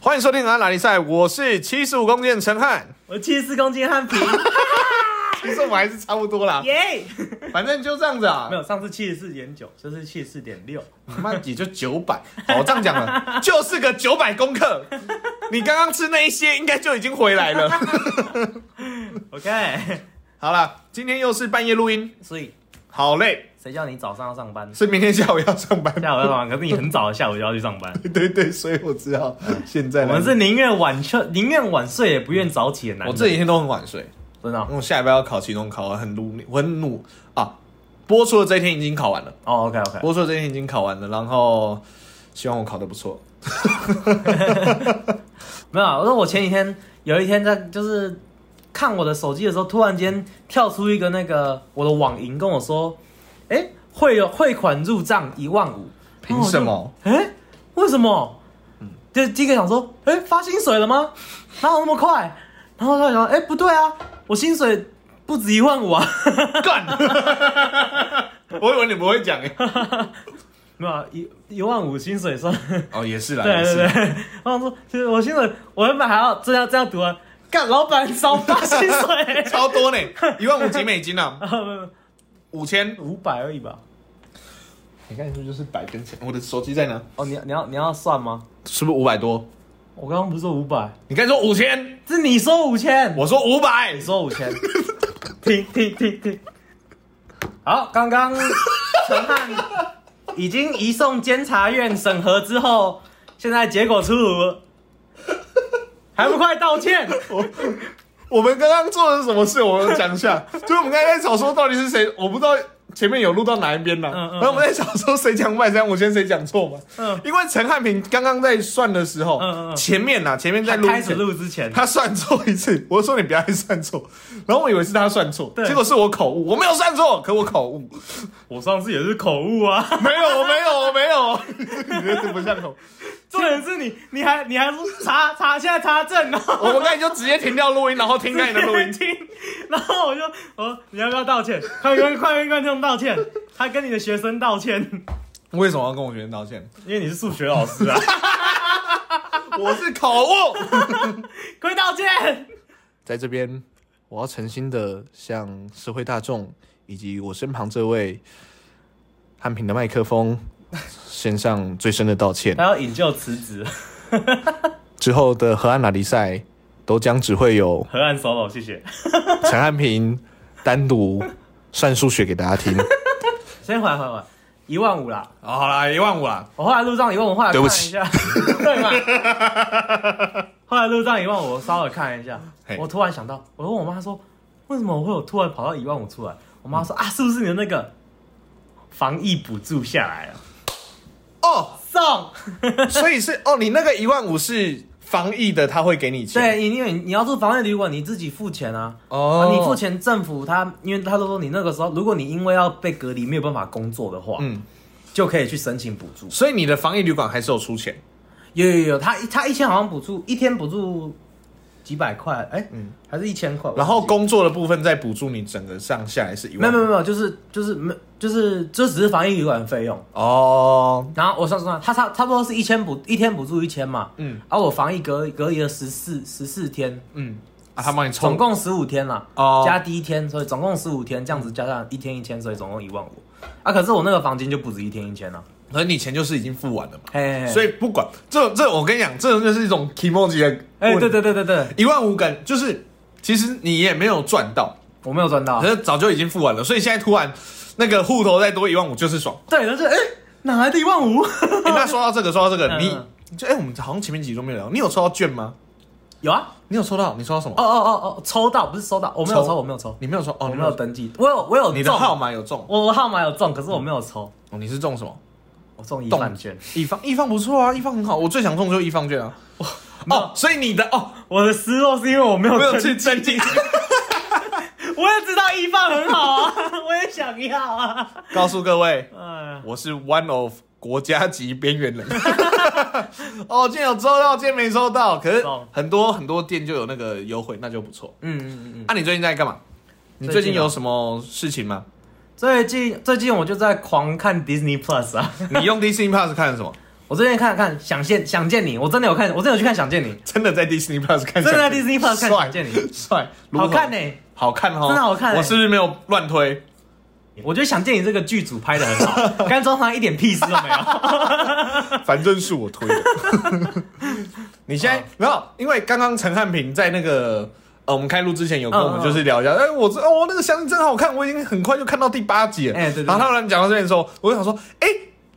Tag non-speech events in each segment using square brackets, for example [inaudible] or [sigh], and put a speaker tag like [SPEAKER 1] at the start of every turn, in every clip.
[SPEAKER 1] 欢迎收听《哪哪里赛》，我是七十五公斤的陈汉。
[SPEAKER 2] 我七十四公斤 [laughs] 汉平，
[SPEAKER 1] 其实我们还是差不多啦，
[SPEAKER 2] 耶！
[SPEAKER 1] 反正就这样子啊
[SPEAKER 2] 没。有，上次七十四点九，这次七十四点六，
[SPEAKER 1] 妈也就九百，哦好，我这样讲 [laughs] 了，就是个九百功课。你刚刚吃那一些，应该就已经回来 [laughs] 了。
[SPEAKER 2] OK。
[SPEAKER 1] 好了，今天又是半夜录音，
[SPEAKER 2] 所以
[SPEAKER 1] 好累，
[SPEAKER 2] 谁叫你早上要上班？
[SPEAKER 1] 是明天下午要上班。
[SPEAKER 2] 下午要上班，可是你很早，下午就要去上班。
[SPEAKER 1] 对对，所以我知道现在
[SPEAKER 2] 我
[SPEAKER 1] 呢
[SPEAKER 2] 们是宁愿晚睡，宁愿晚睡也不愿早起的男
[SPEAKER 1] 我
[SPEAKER 2] 人。
[SPEAKER 1] 这几天都很晚睡，
[SPEAKER 2] 真的哦
[SPEAKER 1] 因为我下礼拜要考期中考，我很努力，我很努啊。播出的这一天已经考完了，
[SPEAKER 2] 哦，OK OK，
[SPEAKER 1] 播出的这一天已经考完了，然后希望我考得不错。
[SPEAKER 2] 没有啊，我说我前几天有一天在就是看我的手机的时候，突然间跳出一个那个我的网银跟我说，哎、会有汇款入账一万五，
[SPEAKER 1] 凭什么？
[SPEAKER 2] 哎、为什么？就第一个想说，哎、发薪水了吗？哪有那么快？然后他想，哎、不对啊，我薪水不止一万五啊。
[SPEAKER 1] [laughs] 干！我以为你不会讲欸
[SPEAKER 2] 没有啊，一一万五薪水算，
[SPEAKER 1] 哦，也是啦，
[SPEAKER 2] 对
[SPEAKER 1] 也
[SPEAKER 2] 对
[SPEAKER 1] 是。
[SPEAKER 2] 对。我想说，就是我薪水，我原本还要这样这样读啊，干老板少发薪水， [laughs]
[SPEAKER 1] 超多呢，一万五几美金啊，
[SPEAKER 2] 啊没有没有
[SPEAKER 1] 五千。
[SPEAKER 2] 五百而已吧。
[SPEAKER 1] 你看是不是就是百跟千？我的手机在哪？
[SPEAKER 2] 哦，你你要你要算吗？
[SPEAKER 1] 是不是五百多？
[SPEAKER 2] 我刚刚不是说五百，
[SPEAKER 1] 你刚才说五千，
[SPEAKER 2] 是你说五千，
[SPEAKER 1] 我说五百
[SPEAKER 2] 你，说五千，停停停停。好，刚刚陈汉已经移送监察院审核之后，现在结果出炉了，还不快道歉？
[SPEAKER 1] 我们刚刚做的是什么事？我们讲一 [laughs] 下，就是我们刚才在吵说到底是谁，我不知道前面有录到哪一边了、
[SPEAKER 2] 嗯嗯
[SPEAKER 1] 然后我们在吵说谁讲五百三，我先谁讲错嘛。
[SPEAKER 2] 嗯
[SPEAKER 1] 因为陈汉平刚刚在算的时候，
[SPEAKER 2] 嗯嗯嗯
[SPEAKER 1] 前面呐、啊前面在录
[SPEAKER 2] 开
[SPEAKER 1] 音
[SPEAKER 2] 始
[SPEAKER 1] 前，
[SPEAKER 2] 录之前，
[SPEAKER 1] 他算错一次，我说你不要再算错，然后我以为是他算错，
[SPEAKER 2] 对
[SPEAKER 1] 结果是我口误，我没有算错，可我口误，
[SPEAKER 2] 我上次也是口误啊。
[SPEAKER 1] [laughs] 没有，我没有，我没有， [laughs] 你这不像口误。
[SPEAKER 2] [laughs] 重点是你，你还你还说查查，现在查证哦。
[SPEAKER 1] 我们刚才就直接停掉录音，然后听看你的录音。
[SPEAKER 2] 听，然后我就我你要不要道歉？快跟快跟观众道歉，还跟你的学生道歉，
[SPEAKER 1] [laughs] 为什么要跟我学生道歉？
[SPEAKER 2] 因为你是数学老师啊，
[SPEAKER 1] 我是口误。
[SPEAKER 2] [laughs] 快道歉。
[SPEAKER 1] [laughs] 在这边，我要诚心的向社会大众以及我身旁这位汉平的麦克风献上最深的道歉
[SPEAKER 2] 他。要引咎辞职， [laughs]
[SPEAKER 1] 之后的河岸拉力赛都将只会有
[SPEAKER 2] 河岸 solo，谢谢。
[SPEAKER 1] [laughs] 陈汉平单独算数学给大家听。
[SPEAKER 2] 先缓缓缓，一万五啦，
[SPEAKER 1] 哦好好啦，一万五啦，
[SPEAKER 2] 我后来路上一万五，后来
[SPEAKER 1] 对
[SPEAKER 2] 看
[SPEAKER 1] 不
[SPEAKER 2] 了
[SPEAKER 1] 起
[SPEAKER 2] 一下， [laughs] 对嘛？后来路上一万五，我稍微看了一下
[SPEAKER 1] 嘿，
[SPEAKER 2] 我突然想到，我问我妈说，为什么我会有突然跑到一万五出来？我妈说啊，是不是你的那个防疫补助下来啊了？
[SPEAKER 1] 哦，
[SPEAKER 2] 送。
[SPEAKER 1] 所以是哦，你那个一万五是防疫的，他会给你钱。
[SPEAKER 2] [laughs] 对，因为你要住防疫旅馆，你自己付钱啊。
[SPEAKER 1] 哦，
[SPEAKER 2] 你付钱，政府他，因为他都说你那个时候，如果你因为要被隔离没有办法工作的话，
[SPEAKER 1] 嗯，
[SPEAKER 2] 就可以去申请补助。
[SPEAKER 1] 所以你的防疫旅馆还是有出钱。
[SPEAKER 2] 有有有，他他一天好像补助一天补助几百块，哎、还是一千块。我忘记
[SPEAKER 1] 然后工作的部分再补助你整个上下来是一
[SPEAKER 2] 没有
[SPEAKER 1] 万，
[SPEAKER 2] 没有没有，就是就是没就是这只是防疫旅馆费用。
[SPEAKER 1] 哦，
[SPEAKER 2] 然后我算算，他差差不多是一千补一天补助一千嘛，
[SPEAKER 1] 嗯，
[SPEAKER 2] 而、我防疫隔隔离了十四十四天，
[SPEAKER 1] 嗯，啊，他帮你
[SPEAKER 2] 总
[SPEAKER 1] 充，
[SPEAKER 2] 共十五天啦，
[SPEAKER 1] 哦
[SPEAKER 2] 加第一天，所以总共十五天，这样子加上一天一千，所以总共一万五。啊，可是我那个房间就不止一天一千了、
[SPEAKER 1] 可是你钱就是已经付完了嘛，
[SPEAKER 2] 嘿嘿嘿
[SPEAKER 1] 所以不管这这，我跟你讲，这种就是一种 e m o j i 的，
[SPEAKER 2] 哎、对，对对对对，
[SPEAKER 1] 一万五感就是其实你也没有赚到，
[SPEAKER 2] 我没有赚到
[SPEAKER 1] 可，是早就已经付完了，所以现在突然那个户头再多一万五就是
[SPEAKER 2] [laughs]
[SPEAKER 1] 爽。
[SPEAKER 2] 对，但是哎、哪来的一万五？
[SPEAKER 1] 诶那说到这个，说到这个，
[SPEAKER 2] 嗯
[SPEAKER 1] 你就哎，我们好像前面几集都没有聊，你有抽到券吗？
[SPEAKER 2] 有啊，
[SPEAKER 1] 你有抽到？你抽到什么？
[SPEAKER 2] 哦哦哦哦，抽到不是收到，我没有
[SPEAKER 1] 抽
[SPEAKER 2] 抽，我没有抽，
[SPEAKER 1] 你没有抽哦，
[SPEAKER 2] 我
[SPEAKER 1] 你
[SPEAKER 2] 没有登记，我有我有
[SPEAKER 1] 你的
[SPEAKER 2] 中
[SPEAKER 1] 号，码有中，
[SPEAKER 2] 我号码有中，可是我没有抽，
[SPEAKER 1] 哦，你是中什么？
[SPEAKER 2] 我中一
[SPEAKER 1] 动
[SPEAKER 2] 万券，
[SPEAKER 1] 一方一方不错啊，一方很好，我最想中就是一方券啊。哦，所以你的哦
[SPEAKER 2] 我的失落是因为 [laughs] 我没有
[SPEAKER 1] 没有
[SPEAKER 2] 登记
[SPEAKER 1] 去增进，
[SPEAKER 2] 我也知道一放很好啊， [laughs] 我也想要啊，
[SPEAKER 1] 告诉各位，
[SPEAKER 2] 哎呀，
[SPEAKER 1] 我是 one of 国家级边缘
[SPEAKER 2] [laughs]
[SPEAKER 1] 人。哦，今天有抽到，今天没抽到，可是
[SPEAKER 2] 中
[SPEAKER 1] 很多很多店就有那个优惠，那就不错。
[SPEAKER 2] 嗯嗯嗯嗯。
[SPEAKER 1] 啊，你最近在干嘛？你最
[SPEAKER 2] 最近啊
[SPEAKER 1] 近有什么事情吗？
[SPEAKER 2] 最近最近我就在狂看 Disney Plus 啊，
[SPEAKER 1] 你用 Disney Plus 看什么？ [laughs]
[SPEAKER 2] 我最近看看《想见想见你》，我真的有看，我真的有去看《想见你》，
[SPEAKER 1] 真的在 Disney Plus 看，
[SPEAKER 2] 真的在 Disney Plus 看《想
[SPEAKER 1] 帅
[SPEAKER 2] 见你》， [laughs]
[SPEAKER 1] 帅，如何
[SPEAKER 2] 好看呢、
[SPEAKER 1] 好看哦，
[SPEAKER 2] 真的好看欸
[SPEAKER 1] 我是不是没有乱推？
[SPEAKER 2] 我觉得《想见你》这个剧组拍的很好，甘中堂一点屁事都没有。
[SPEAKER 1] [laughs] 反正是我推的。 [laughs] 你现在没有，因为刚刚陈汉平在那个呃，我们开录之前有跟我
[SPEAKER 2] 嗯
[SPEAKER 1] 们
[SPEAKER 2] 嗯
[SPEAKER 1] 就是聊一下，哎、我这哦那个相机真好看，我已经很快就看到第八集了。
[SPEAKER 2] 哎对对对
[SPEAKER 1] 然后他突然讲到这边的时候，我就想说，哎、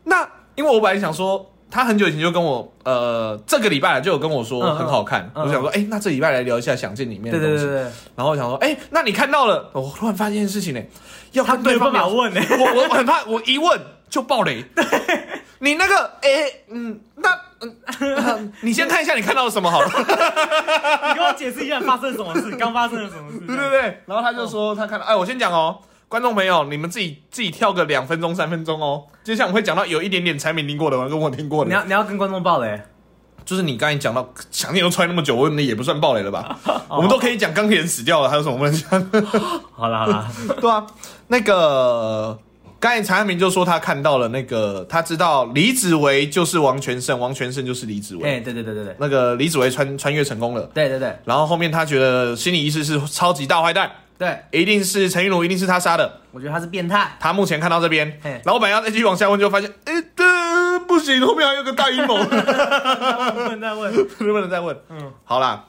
[SPEAKER 1] 那因为我本来想说。他很久以前就跟我，呃，这个礼拜就有跟我说
[SPEAKER 2] 嗯嗯
[SPEAKER 1] 很好看，
[SPEAKER 2] 嗯嗯
[SPEAKER 1] 我想说，哎、那这礼拜来聊一下《想见》里面的
[SPEAKER 2] 对
[SPEAKER 1] 东
[SPEAKER 2] 对
[SPEAKER 1] 西。
[SPEAKER 2] 对对，
[SPEAKER 1] 然后我想说，哎、那你看到了？我突然发现一件事情呢、要
[SPEAKER 2] 他
[SPEAKER 1] 跟对
[SPEAKER 2] 没
[SPEAKER 1] 方
[SPEAKER 2] 办
[SPEAKER 1] 聊
[SPEAKER 2] 法问呢、
[SPEAKER 1] 我我我很怕，我一问就爆雷。你那个，哎、嗯，那，嗯、 [laughs] 啊你先看一下你看到了什么好了，
[SPEAKER 2] [laughs] 你给我解释一下发生什么事，刚发生了什么
[SPEAKER 1] 对
[SPEAKER 2] 事？
[SPEAKER 1] 对对。 [laughs] 然后他就说他看到，哎，我先讲哦，观众朋友，你们自己自己跳个两分钟、三分钟哦。接下来我们会讲到有一点点产品听过的，跟我听过
[SPEAKER 2] 你
[SPEAKER 1] 的，
[SPEAKER 2] 要你要跟观众爆雷、
[SPEAKER 1] 就是你刚才讲到想念都出来那么久，我那也不算爆雷了 [laughs] 吧？我们都可以讲钢铁人死掉了，还有什么不能讲？ [laughs]
[SPEAKER 2] 好啦好 [laughs] 啦，
[SPEAKER 1] 对啊，那个刚才陈汉明就说他看到了那个，他知道李子维就是王全胜，王全胜就是李子维。
[SPEAKER 2] 哎、对对对对对
[SPEAKER 1] 那个李子维穿穿越成功了，
[SPEAKER 2] 对对对
[SPEAKER 1] 然后后面他觉得心理医师是超级大坏蛋，
[SPEAKER 2] 对，
[SPEAKER 1] 一定是陈玉茹，一定是他杀的。
[SPEAKER 2] 我觉得他是变态。
[SPEAKER 1] 他目前看到这边，
[SPEAKER 2] 嘿
[SPEAKER 1] 然后我本来要再继续往下问，就发现，哎、对，不行，后面还有个大阴 [laughs] 谋，
[SPEAKER 2] 不能再问，
[SPEAKER 1] 能不能再问？
[SPEAKER 2] 嗯，
[SPEAKER 1] 好啦，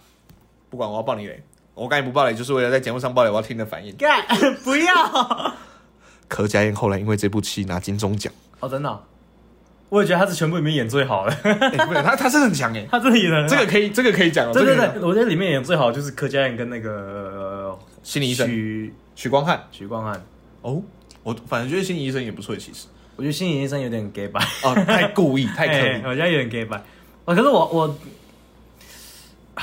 [SPEAKER 1] 不管我要爆你雷，我刚才不爆雷，就是为了在节目上爆雷，我要听你的反应。
[SPEAKER 2] [laughs] 干不要！
[SPEAKER 1] 柯佳嬿后来因为这部戏拿金钟奖，
[SPEAKER 2] [laughs] 哦，真的哦、我也觉得他是全部里面演最好的，
[SPEAKER 1] 哎不是他他真的很强哎、
[SPEAKER 2] [laughs] 他真的演的
[SPEAKER 1] 这个可以，这个可以讲哦。
[SPEAKER 2] 对对
[SPEAKER 1] 这个可以
[SPEAKER 2] 对，我觉得里面演最好就是柯佳嬿跟那 [laughs] 个
[SPEAKER 1] 讲，心理医生
[SPEAKER 2] 许
[SPEAKER 1] 许光汉。
[SPEAKER 2] 许光汉，
[SPEAKER 1] 哦，我反正觉得心理医生也不错，其实。
[SPEAKER 2] 我觉得心理医生有点 gay 白，
[SPEAKER 1] 哦，太故意，太 [laughs] 刻
[SPEAKER 2] 哎
[SPEAKER 1] 意。
[SPEAKER 2] 我觉得有点 gay 白。哦，可是我我 [sighs] 啊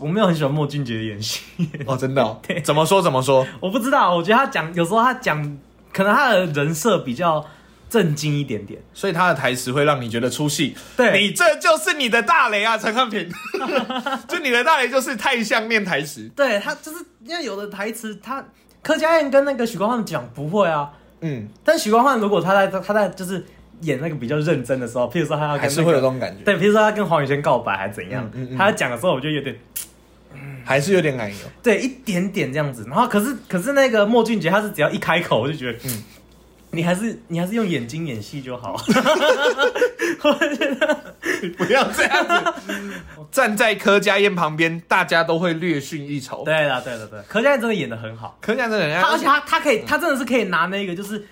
[SPEAKER 2] 我没有很喜欢莫俊杰的演戏，
[SPEAKER 1] 哦，真的、 [laughs] 哦，怎么说怎么说？
[SPEAKER 2] 我不知道，我觉得他讲有时候他讲，可能他的人设比较震惊一点点。
[SPEAKER 1] 所以他的台词会让你觉得出戏。
[SPEAKER 2] 对
[SPEAKER 1] 你这就是你的大雷啊，陈汉 [laughs] 平。就你的大雷就是太像念台词。
[SPEAKER 2] 对他就是因为有的台词，他柯佳嬿跟那个许光汉讲不会啊，
[SPEAKER 1] 嗯，
[SPEAKER 2] 但许光汉如果他在他在就是演那个比较认真的时候，譬如说他要跟、那个、
[SPEAKER 1] 还是会有这种感觉，
[SPEAKER 2] 对，譬如说他跟黄宇轩告白还怎样，
[SPEAKER 1] 嗯嗯嗯
[SPEAKER 2] 他讲的时候我就有点
[SPEAKER 1] 还是有点奶油。
[SPEAKER 2] 对一点点这样子，然后可是可是那个莫俊杰他是只要一开口我就觉得，嗯，你还是你还是用眼睛演戏就好，
[SPEAKER 1] [laughs]
[SPEAKER 2] [laughs]
[SPEAKER 1] 不要这样子。 [laughs] 站在柯佳嬿旁边，大家都会略逊一筹。
[SPEAKER 2] 对了对了对了，柯佳嬿真的演的很好，
[SPEAKER 1] 柯佳嬿人家，
[SPEAKER 2] 他而且他他可以他真的是可以拿那个就是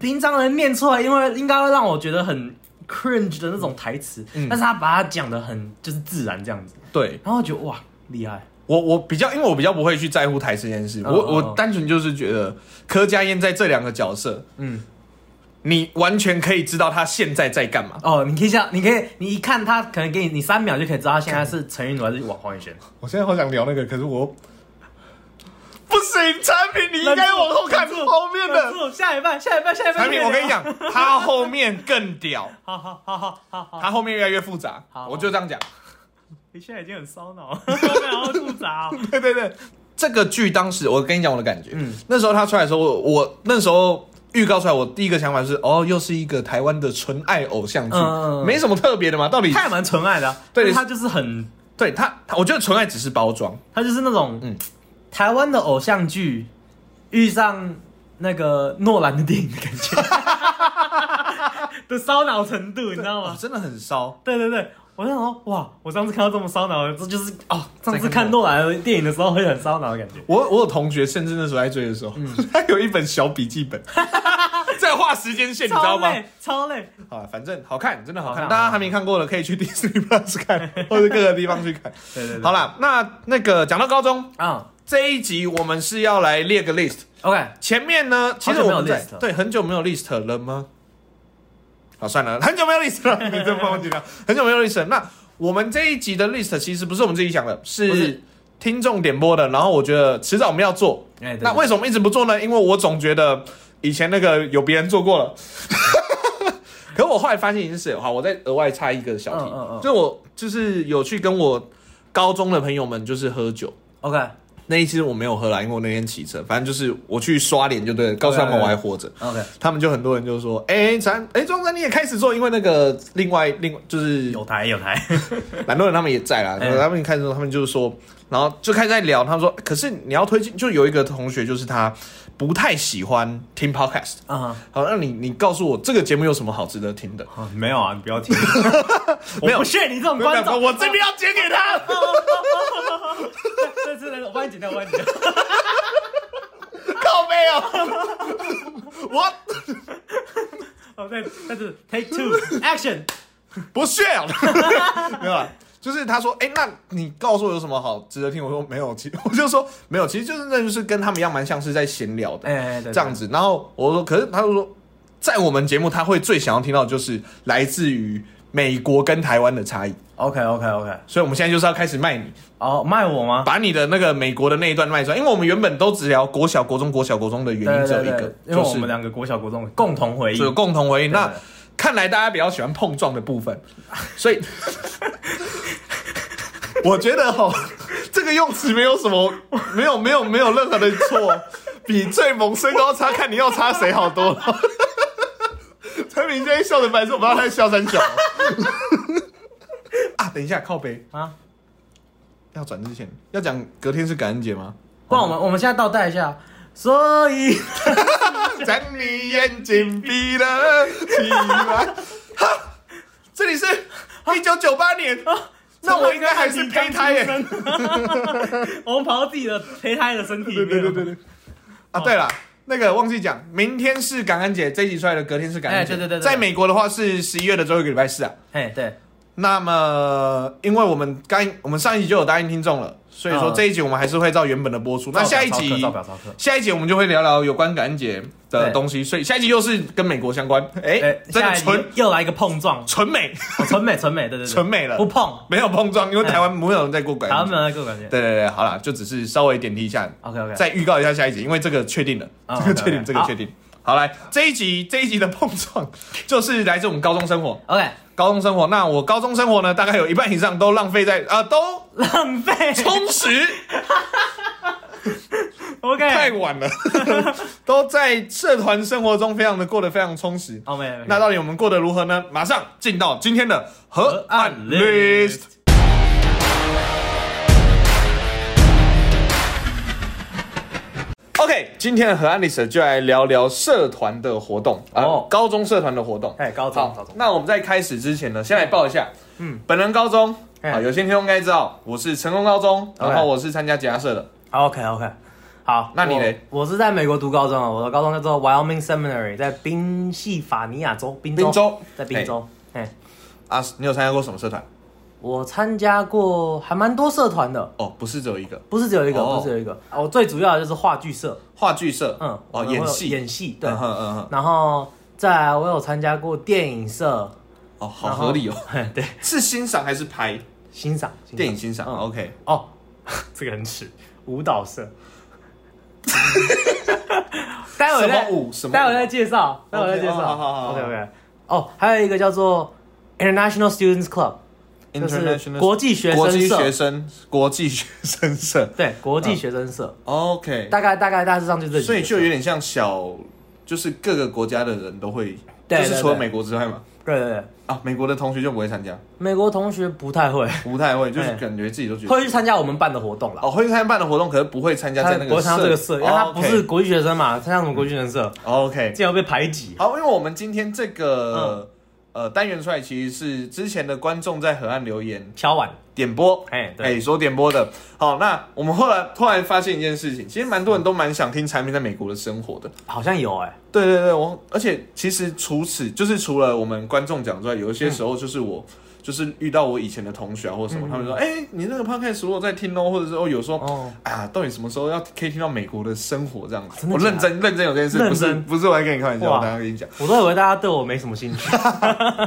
[SPEAKER 2] 平常人念出来，因为应该会让我觉得很 cringe 的那种台词，
[SPEAKER 1] 嗯
[SPEAKER 2] 但是他把它讲的很就是自然这样子，
[SPEAKER 1] 对，
[SPEAKER 2] 然后我觉得哇厉害，
[SPEAKER 1] 我我比较，因为我比较不会去在乎台词这件事，
[SPEAKER 2] 嗯
[SPEAKER 1] 我
[SPEAKER 2] 嗯嗯
[SPEAKER 1] 我单纯就是觉得柯佳嬿在这两个角色，
[SPEAKER 2] 嗯。
[SPEAKER 1] 你完全可以知道他现在在干嘛。
[SPEAKER 2] 哦，你可以想，你可以，你一看他，可能给你你三秒就可以知道他现在是陈韵如还是王黄宇轩。
[SPEAKER 1] 我现在好想聊那个，可是我不行，产品你应该往后看后面
[SPEAKER 2] 忍
[SPEAKER 1] 的
[SPEAKER 2] 住，下一半，下一半，下一半。
[SPEAKER 1] 产品，我跟你
[SPEAKER 2] 讲，
[SPEAKER 1] 讲，他后面更屌，
[SPEAKER 2] 好好好好好好，
[SPEAKER 1] 他后面越来越复杂
[SPEAKER 2] 好，
[SPEAKER 1] 我就这样讲。
[SPEAKER 2] 你现在已经很烧脑，然后复杂哦。
[SPEAKER 1] 对对对，这个剧当时我跟你讲我的感觉，
[SPEAKER 2] 嗯
[SPEAKER 1] 那时候他出来的时候，我我那时候预告出来，我第一个想法是，哦，又是一个台湾的纯爱偶像剧，
[SPEAKER 2] 嗯嗯嗯
[SPEAKER 1] 没什么特别的嘛，到底
[SPEAKER 2] 他也蛮纯爱的啊，
[SPEAKER 1] 对
[SPEAKER 2] 但是他就是很，
[SPEAKER 1] 对他，他我觉得纯爱只是包装，
[SPEAKER 2] 他就是那种、
[SPEAKER 1] 嗯
[SPEAKER 2] 台湾的偶像剧遇上那个诺兰的电影的感 [laughs] 觉的烧脑程度，你知道吗
[SPEAKER 1] 哦？真的很骚。
[SPEAKER 2] 对对对，我就想说，哇，我上次看到这么烧脑的，这就是哦，上次
[SPEAKER 1] 再看
[SPEAKER 2] 看诺兰的电影的时候会很烧脑的感觉。
[SPEAKER 1] 我我有同学，甚至那时候在追的时候， [laughs] 他有一本小笔记本，嗯 [laughs] 在画时间线，你知道
[SPEAKER 2] 超
[SPEAKER 1] 吗？
[SPEAKER 2] 累，超累。
[SPEAKER 1] 啊，反正好看，真的好
[SPEAKER 2] 好
[SPEAKER 1] 看。
[SPEAKER 2] 看
[SPEAKER 1] 大
[SPEAKER 2] 好
[SPEAKER 1] 家
[SPEAKER 2] 看
[SPEAKER 1] 还没看过的，可以去 [laughs] Disney Plus 看，或者各个地方去 [laughs] 看。
[SPEAKER 2] 对对对，
[SPEAKER 1] 好啦，那那个讲到高中
[SPEAKER 2] 啊、
[SPEAKER 1] 这一集，我们是要来列个 list。
[SPEAKER 2] o k
[SPEAKER 1] 前面呢，其实
[SPEAKER 2] 久没
[SPEAKER 1] 我
[SPEAKER 2] 有
[SPEAKER 1] 们在
[SPEAKER 2] list 了
[SPEAKER 1] 对很久没有 list 了吗？好，算了，很久没有 list 了， [laughs] 你这帮我记掉，很久没有 list 了。那我们这一集的 list 其实不是我们自己想的，
[SPEAKER 2] 不
[SPEAKER 1] 是
[SPEAKER 2] 是
[SPEAKER 1] 听众点播的。然后我觉得迟早我们要做，
[SPEAKER 2] 哎、对
[SPEAKER 1] 那为什么一直不做呢？因为我总觉得以前那个有别人做过了。 [laughs] 可我后来发现一件事，好，我再额外插一个小题，
[SPEAKER 2] 嗯嗯嗯
[SPEAKER 1] 就我就是有去跟我高中的朋友们就是喝酒，
[SPEAKER 2] OK，
[SPEAKER 1] 那一支我没有喝啦，因为我那天骑车，反正就是我去刷脸就对了，告诉他们我还活着。
[SPEAKER 2] OK，
[SPEAKER 1] 他们就很多人就说：“哎、咱哎，庄、山你也开始做，因为那个另外另外就是
[SPEAKER 2] 有台有台，
[SPEAKER 1] 蛮多人他们也在啦，
[SPEAKER 2] 哎
[SPEAKER 1] 他们开始的时候他们就是说，然后就开始在聊，他们说，可是你要推荐，就有一个同学就是他不太喜欢听 podcast，
[SPEAKER 2] [laughs] 啊、
[SPEAKER 1] 好，那你你告诉我这个节目有什么好值得听的？
[SPEAKER 2] 啊没有啊，你
[SPEAKER 1] [laughs]
[SPEAKER 2] 不要听，
[SPEAKER 1] 没有
[SPEAKER 2] 我不屑你这种观众，
[SPEAKER 1] 我这边要剪给
[SPEAKER 2] [laughs]
[SPEAKER 1] 他，
[SPEAKER 2] 这次的我帮你剪掉，我帮你剪掉，
[SPEAKER 1] [laughs]
[SPEAKER 2] [laughs]
[SPEAKER 1] 靠背哦， [laughs] 我
[SPEAKER 2] 好，哦再再次 take two action，
[SPEAKER 1] 不屑哦， [laughs] 没有啦。啊就是他说，哎、那你告诉我有什么好值得听？我说没有，其 [laughs] 我就说没有，其实就是那就是跟他们一样，蛮像是在闲聊的。
[SPEAKER 2] 哎哎，哎对
[SPEAKER 1] 这样，子。然后我说，可是他就说，在我们节目他会最想要听到的就是来自于美国跟台湾的差异。
[SPEAKER 2] OK OK OK，
[SPEAKER 1] 所以我们现在就是要开始卖
[SPEAKER 2] [laughs]
[SPEAKER 1] 你，
[SPEAKER 2] 哦，卖我吗？
[SPEAKER 1] 把你的那个美国的那一段卖出来，因为我们原本都只聊国小、国中、国小、国中的原因只有一个，
[SPEAKER 2] 因为
[SPEAKER 1] 就
[SPEAKER 2] 我
[SPEAKER 1] 是
[SPEAKER 2] 们两个国小国中共同回忆
[SPEAKER 1] 只，有共同回应。
[SPEAKER 2] 对
[SPEAKER 1] 那看来大家比较喜欢碰撞的 [laughs] 部分，所以我觉得哈，这个用词没有什么，没有没有没有任何的错，比最萌身高差看你要差谁好多 [laughs] 了。陈明今天笑的白痴，我不知道他在笑三小。 [laughs] 啊，等一下，靠背
[SPEAKER 2] 啊，
[SPEAKER 1] 要转之前要讲隔天是感恩节吗？
[SPEAKER 2] 不然我们我们现在倒带一下，所以
[SPEAKER 1] [laughs] 将你眼睛闭了起来。哈，这里是一九九八年， [laughs]
[SPEAKER 2] 啊
[SPEAKER 1] 那我应该还是胚胎耶。
[SPEAKER 2] 从那个比刚出生 [laughs] 我们跑到自己的胚胎的身体里
[SPEAKER 1] 对对
[SPEAKER 2] 面了，
[SPEAKER 1] 对对对。
[SPEAKER 2] 哦
[SPEAKER 1] 啊，对了。那个忘记讲，明天是感恩节，这一集出来的隔天是感恩节。
[SPEAKER 2] 哎对对对对
[SPEAKER 1] 在美国的话是十一月的最后一个礼拜四啊。
[SPEAKER 2] 哎对，
[SPEAKER 1] 那么，因为我们刚我们上一集就有答应听众了，所以说
[SPEAKER 2] 嗯
[SPEAKER 1] 这一集我们还是会照原本的播出。那下一集
[SPEAKER 2] 照表超课，
[SPEAKER 1] 下一节我们就会聊聊有关感恩节的
[SPEAKER 2] 对
[SPEAKER 1] 东西，所以下一集又是跟美国相关。哎、
[SPEAKER 2] 哎，
[SPEAKER 1] 真
[SPEAKER 2] 下
[SPEAKER 1] 的
[SPEAKER 2] 一集
[SPEAKER 1] 纯
[SPEAKER 2] 又来一个碰撞，
[SPEAKER 1] 纯美，
[SPEAKER 2] [laughs] 哦纯美纯美，对对对，
[SPEAKER 1] 纯美了
[SPEAKER 2] 不碰，
[SPEAKER 1] 没有碰撞，因为
[SPEAKER 2] 哎
[SPEAKER 1] 台湾没有人在过感
[SPEAKER 2] 台
[SPEAKER 1] 恩
[SPEAKER 2] 湾
[SPEAKER 1] 节。
[SPEAKER 2] 没有那个感觉
[SPEAKER 1] 对对对，好啦，就只是稍微点题一下，
[SPEAKER 2] ，OK OK，
[SPEAKER 1] 再预告一下下一集，因为这个确定了，
[SPEAKER 2] 嗯
[SPEAKER 1] 这个 [laughs]
[SPEAKER 2] OK，OK，
[SPEAKER 1] 确定，这个
[SPEAKER 2] 好
[SPEAKER 1] 确定。好，来这一集这一集的碰撞 [laughs] 就是来自我们高中生活，
[SPEAKER 2] OK，
[SPEAKER 1] 高中生活。那我高中生活呢，大概有一半以上都浪费在啊，都
[SPEAKER 2] 浪费
[SPEAKER 1] 充
[SPEAKER 2] [laughs]
[SPEAKER 1] 实太
[SPEAKER 2] ，OK，
[SPEAKER 1] 晚了， [laughs] 都在社团生活中非常的过得非常充实。
[SPEAKER 2] 哦没有，没有
[SPEAKER 1] 那到底我们过得如何呢？马上进到今天的
[SPEAKER 2] 呃
[SPEAKER 1] 河岸 list。OK，今天的河岸 list 就来聊聊社团的活动啊、
[SPEAKER 2] 哦
[SPEAKER 1] 高中社团的活动。
[SPEAKER 2] 哎高中高
[SPEAKER 1] 好
[SPEAKER 2] 中，，
[SPEAKER 1] 那我们在开始之前呢，先来报一下，嗯，本人高中
[SPEAKER 2] 哎
[SPEAKER 1] 啊，有些听众应该知道，我是成功高中，
[SPEAKER 2] OK
[SPEAKER 1] 然后我是参加吉他社的。
[SPEAKER 2] OK OK，好，
[SPEAKER 1] 那你嘞
[SPEAKER 2] 我？我是在美国读高中啊，我的高中叫做 Wyoming Seminary，在宾夕法尼亚州，宾州，
[SPEAKER 1] 滨州
[SPEAKER 2] 在宾州。哎、
[SPEAKER 1] 啊，你有参加过什么社团？
[SPEAKER 2] 我参加过还蛮多社团的，
[SPEAKER 1] 哦，不是只有一个
[SPEAKER 2] 不是只有一个，
[SPEAKER 1] 哦
[SPEAKER 2] 不是只有一个。哦，最主要的就是话剧社，
[SPEAKER 1] 话剧社，
[SPEAKER 2] 嗯，我
[SPEAKER 1] 哦，
[SPEAKER 2] 们会有
[SPEAKER 1] 演戏，
[SPEAKER 2] 演戏，对。
[SPEAKER 1] 嗯哼嗯哼，
[SPEAKER 2] 然后再来，我有参加过电影社，
[SPEAKER 1] 哦，好合理哦。
[SPEAKER 2] 嘿 [laughs] 对，
[SPEAKER 1] 是欣赏还是拍
[SPEAKER 2] 欣赏欣赏
[SPEAKER 1] 电影欣赏、
[SPEAKER 2] 嗯
[SPEAKER 1] o k
[SPEAKER 2] 哦， [laughs] 这个很耻，舞
[SPEAKER 1] [laughs]
[SPEAKER 2] 蹈社。待会
[SPEAKER 1] 什
[SPEAKER 2] 儿再
[SPEAKER 1] 么舞什么舞
[SPEAKER 2] 待会儿再介绍，待会儿再介绍。
[SPEAKER 1] 哦好好好好
[SPEAKER 2] OK OK。哦，还有一个叫做 International Students Club，就
[SPEAKER 1] International
[SPEAKER 2] 是国际学
[SPEAKER 1] 国
[SPEAKER 2] 生
[SPEAKER 1] 际学
[SPEAKER 2] 社。
[SPEAKER 1] 生国际学生社
[SPEAKER 2] 对，国际学生社，
[SPEAKER 1] ，OK，
[SPEAKER 2] 大概大概大致上就这几个社。
[SPEAKER 1] 嗯所以就有点像小，就是各个国家的人都会，
[SPEAKER 2] 对对
[SPEAKER 1] 就是除了
[SPEAKER 2] 对
[SPEAKER 1] 美国之外嘛，
[SPEAKER 2] 对对对，
[SPEAKER 1] 啊，美国的同学就不会参加，
[SPEAKER 2] 美国同学不太会，
[SPEAKER 1] 不太会，就是
[SPEAKER 2] 哎
[SPEAKER 1] 感觉自己都觉得
[SPEAKER 2] 会去参加我们办的活动啦。
[SPEAKER 1] 哦，会参加办的活动，可是不会参加
[SPEAKER 2] 他
[SPEAKER 1] 在那
[SPEAKER 2] 不
[SPEAKER 1] 个
[SPEAKER 2] 会
[SPEAKER 1] 哦
[SPEAKER 2] 参加这个社，因为他不是嗯国际学生嘛，参加
[SPEAKER 1] 嗯
[SPEAKER 2] 什么国际学生社，
[SPEAKER 1] OK，
[SPEAKER 2] 竟然被排挤。
[SPEAKER 1] 好，因为我们今天这
[SPEAKER 2] 嗯
[SPEAKER 1] 个、呃单元出来，其实是之前的观众在河岸留言
[SPEAKER 2] 敲碗，
[SPEAKER 1] 点播，
[SPEAKER 2] 哎，对，
[SPEAKER 1] 哎、所点播的。好，那我们后来突然发现一件事情，其实蛮多人都蛮想听产品在美国的生活的。
[SPEAKER 2] 好像有哎，
[SPEAKER 1] 对对对，我而且其实除此就是除了我们观众讲之外，有一些时候就是我。
[SPEAKER 2] 嗯
[SPEAKER 1] 就是遇到我以前的同学啊，或者什么，他们说，哎、你那个 podcast 我有在听哦，或者是哦，有时候，
[SPEAKER 2] 哦
[SPEAKER 1] 啊，到底什么时候要可以听到美国的生活这样子？
[SPEAKER 2] 真的
[SPEAKER 1] 我
[SPEAKER 2] 假的
[SPEAKER 1] 认真认真有这件事，
[SPEAKER 2] 认
[SPEAKER 1] 不是
[SPEAKER 2] 真
[SPEAKER 1] 不是我在跟你开玩笑，
[SPEAKER 2] 哇
[SPEAKER 1] 我大家跟你讲。
[SPEAKER 2] 我都以为大家对我没什么兴趣。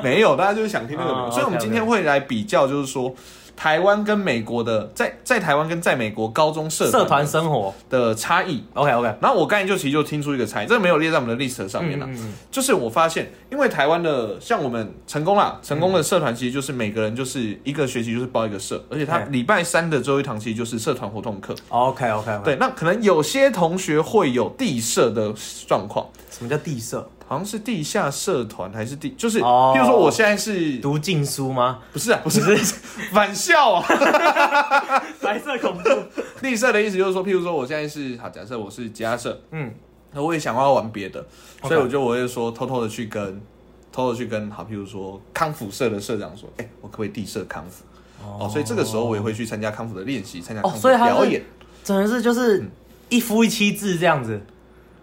[SPEAKER 1] 没有，大家就是想听那个。
[SPEAKER 2] 哦
[SPEAKER 1] 所以，我们
[SPEAKER 2] OK，OK
[SPEAKER 1] 今天会来比较，就是说台湾跟美国的在在台湾跟在美国高中社
[SPEAKER 2] [laughs] 社团生活
[SPEAKER 1] 的差异。
[SPEAKER 2] ，OK OK，
[SPEAKER 1] 然后我刚才就其实就听出一个差异，这个没有列在我们的 list 上面了。就是我发现，因为台湾的像我们成功啦，成功的社团其实就是每个人就是一个学期就是报一个社，而且他
[SPEAKER 2] 哎
[SPEAKER 1] 礼拜三的最后一堂其实就是社团活动课。
[SPEAKER 2] ，OK OK OK，
[SPEAKER 1] 对，那可能有些同学会有地社的状况，
[SPEAKER 2] 什么叫地社？
[SPEAKER 1] 好像是地下社团还是地，就是，
[SPEAKER 2] 哦
[SPEAKER 1] 譬如说我现在是
[SPEAKER 2] 读禁书吗？
[SPEAKER 1] 不是啊，不是 [laughs] 返校啊，
[SPEAKER 2] [laughs] 白色恐怖，
[SPEAKER 1] 地社的意思就是说，譬如说我现在是好，假设我是吉他社，
[SPEAKER 2] 嗯，
[SPEAKER 1] 那我也想要玩别的，所以
[SPEAKER 2] OK
[SPEAKER 1] 我就我会说偷偷的去跟，偷偷地去跟好，譬如说康复社的社长说，哎、我可不可以地社康复？哦，所以这个时候我也会去参加康复的练习，参加
[SPEAKER 2] 哦
[SPEAKER 1] 康复
[SPEAKER 2] 所以
[SPEAKER 1] 的
[SPEAKER 2] 他是
[SPEAKER 1] 表演。
[SPEAKER 2] 真的是就是一夫一妻制这样子，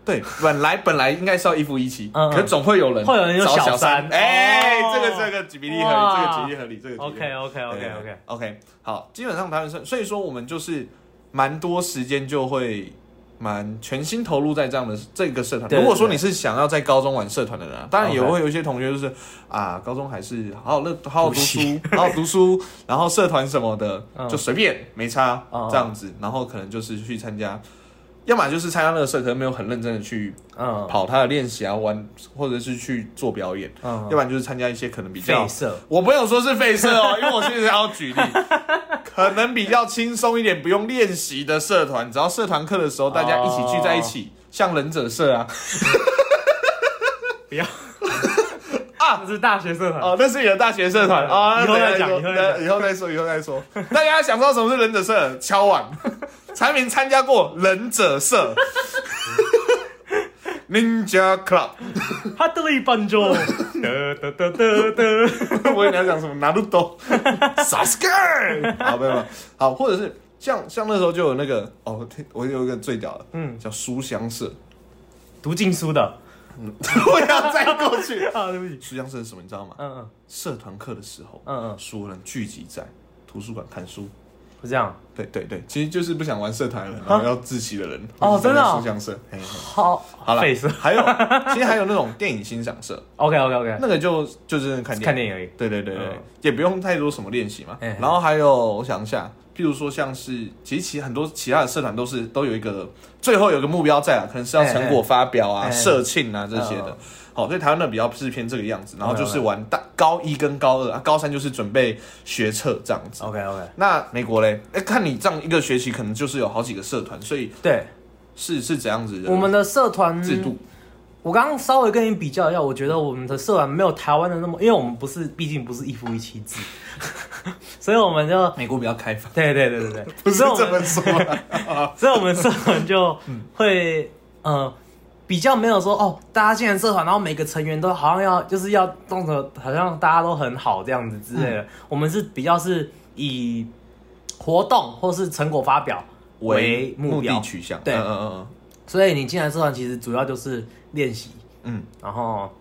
[SPEAKER 1] 对，本来本来应该是要一夫一妻，
[SPEAKER 2] [laughs] 嗯嗯
[SPEAKER 1] 可总会有人
[SPEAKER 2] 会有人有
[SPEAKER 1] 找
[SPEAKER 2] 小
[SPEAKER 1] 小
[SPEAKER 2] 三
[SPEAKER 1] 哎、
[SPEAKER 2] 哦
[SPEAKER 1] 这个这个举例合理，
[SPEAKER 2] 哇
[SPEAKER 1] 这个举例合理，这个
[SPEAKER 2] OK OK OK OK，
[SPEAKER 1] OK 好，基本上台湾是，所以说我们就是蛮多时间就会蛮全心投入在这样的这个社团。
[SPEAKER 2] 对
[SPEAKER 1] 如果说
[SPEAKER 2] 对
[SPEAKER 1] 你是想要在高中玩社团的人、啊，当然也
[SPEAKER 2] OK
[SPEAKER 1] 会有一些同学就是啊，高中还是好好乐，好好读
[SPEAKER 2] 补
[SPEAKER 1] 书
[SPEAKER 2] 习，
[SPEAKER 1] [laughs] 好好读书，然后社团什么的
[SPEAKER 2] 嗯
[SPEAKER 1] 就随便没差
[SPEAKER 2] 嗯
[SPEAKER 1] 这样子，然后可能就是去参加。要么就是参加那个社，可能没有很认真的去
[SPEAKER 2] 嗯
[SPEAKER 1] 跑他的练习啊，玩或者是去做表演，要
[SPEAKER 2] 嗯，
[SPEAKER 1] 不然就是参加一些可能比较
[SPEAKER 2] 废社，
[SPEAKER 1] 我没有说是废社哦，因 [laughs] 为我现在要举例，可能比较轻松一点，不用练习的社团，只要社团课的时候大家一起聚在一
[SPEAKER 2] 哦
[SPEAKER 1] 起，像忍者社啊，
[SPEAKER 2] 不要啊，这是大学社团，
[SPEAKER 1] 哦，那是你的大学社团啊，
[SPEAKER 2] 以后再讲
[SPEAKER 1] 那等一下
[SPEAKER 2] 以
[SPEAKER 1] 以后再说，以后再说。大家想知道什么是忍者社？敲碗，产品参加过忍者
[SPEAKER 2] [laughs]
[SPEAKER 1] 社，Ninja Club。
[SPEAKER 2] 他对一半 [laughs] 就得得得得得，
[SPEAKER 1] 我以为你要讲什么拿路
[SPEAKER 2] [laughs]
[SPEAKER 1] 斗，Sasuke，好没有没有，好，或者是像像那时候就有那个哦，我有一个最屌的，嗯，叫书香社， [laughs]
[SPEAKER 2] 读禁书的
[SPEAKER 1] 我要再过去。
[SPEAKER 2] [laughs] 啊，对不起，
[SPEAKER 1] 书香社是什么？你知道吗？
[SPEAKER 2] 嗯嗯
[SPEAKER 1] 社团课的时候，
[SPEAKER 2] 嗯嗯，
[SPEAKER 1] 所有人聚集在图书馆看书。
[SPEAKER 2] 是这样，
[SPEAKER 1] 对对对，其实就是不想玩社团的人，然后要自习的人。
[SPEAKER 2] 哦真的哦
[SPEAKER 1] 书香社，嘿嘿
[SPEAKER 2] 好，
[SPEAKER 1] 好了
[SPEAKER 2] [laughs] 废社。
[SPEAKER 1] 还有，其实还有那种电影欣赏社，
[SPEAKER 2] ，OK OK OK，
[SPEAKER 1] 那个就就是看电影
[SPEAKER 2] 看电影而已，
[SPEAKER 1] 对对对对，
[SPEAKER 2] 嗯
[SPEAKER 1] 也不用太多什么练习嘛。
[SPEAKER 2] 嘿嘿
[SPEAKER 1] 然后还有，我想一下，譬如说像是，其实其很多其他的社团都是都有一个最后有个目标在啊，可能是要成果发表啊、
[SPEAKER 2] 嘿嘿
[SPEAKER 1] 社庆啊这些
[SPEAKER 2] 嗯
[SPEAKER 1] 的。好，所以台湾的比较是偏这个样子，然后
[SPEAKER 2] OK，OK
[SPEAKER 1] 就是玩大高一跟高二，啊高三就是准备学测这样子。
[SPEAKER 2] OK OK，
[SPEAKER 1] 那美国嘞？哎，看你这样一个学期，可能就是有好几个社团，所以
[SPEAKER 2] 对，
[SPEAKER 1] 是是怎样子的
[SPEAKER 2] 我们的社团
[SPEAKER 1] 制度？
[SPEAKER 2] 我刚刚稍微跟你比较一下，我觉得我们的社团没有台湾的那么，因为我们不是，毕竟不是一夫一妻制， [laughs] 所以我们就，
[SPEAKER 1] 美国比较开放，
[SPEAKER 2] 对对对对对，
[SPEAKER 1] [laughs] 不是
[SPEAKER 2] 所以我
[SPEAKER 1] 这
[SPEAKER 2] 们，
[SPEAKER 1] 么说嗯啊。
[SPEAKER 2] 所以我们社团就会，呃，比较没有说哦，大家进来社团，然后每个成员都好像要就是要弄得好像大家都很好这样子之
[SPEAKER 1] 嗯
[SPEAKER 2] 类的，我们是比较是以活动或是成果发表 [laughs] 为目
[SPEAKER 1] 目
[SPEAKER 2] 标
[SPEAKER 1] 的，取向，
[SPEAKER 2] 对
[SPEAKER 1] 嗯嗯嗯
[SPEAKER 2] 所以你进来社团其实主要就是练习。
[SPEAKER 1] 嗯
[SPEAKER 2] 然后，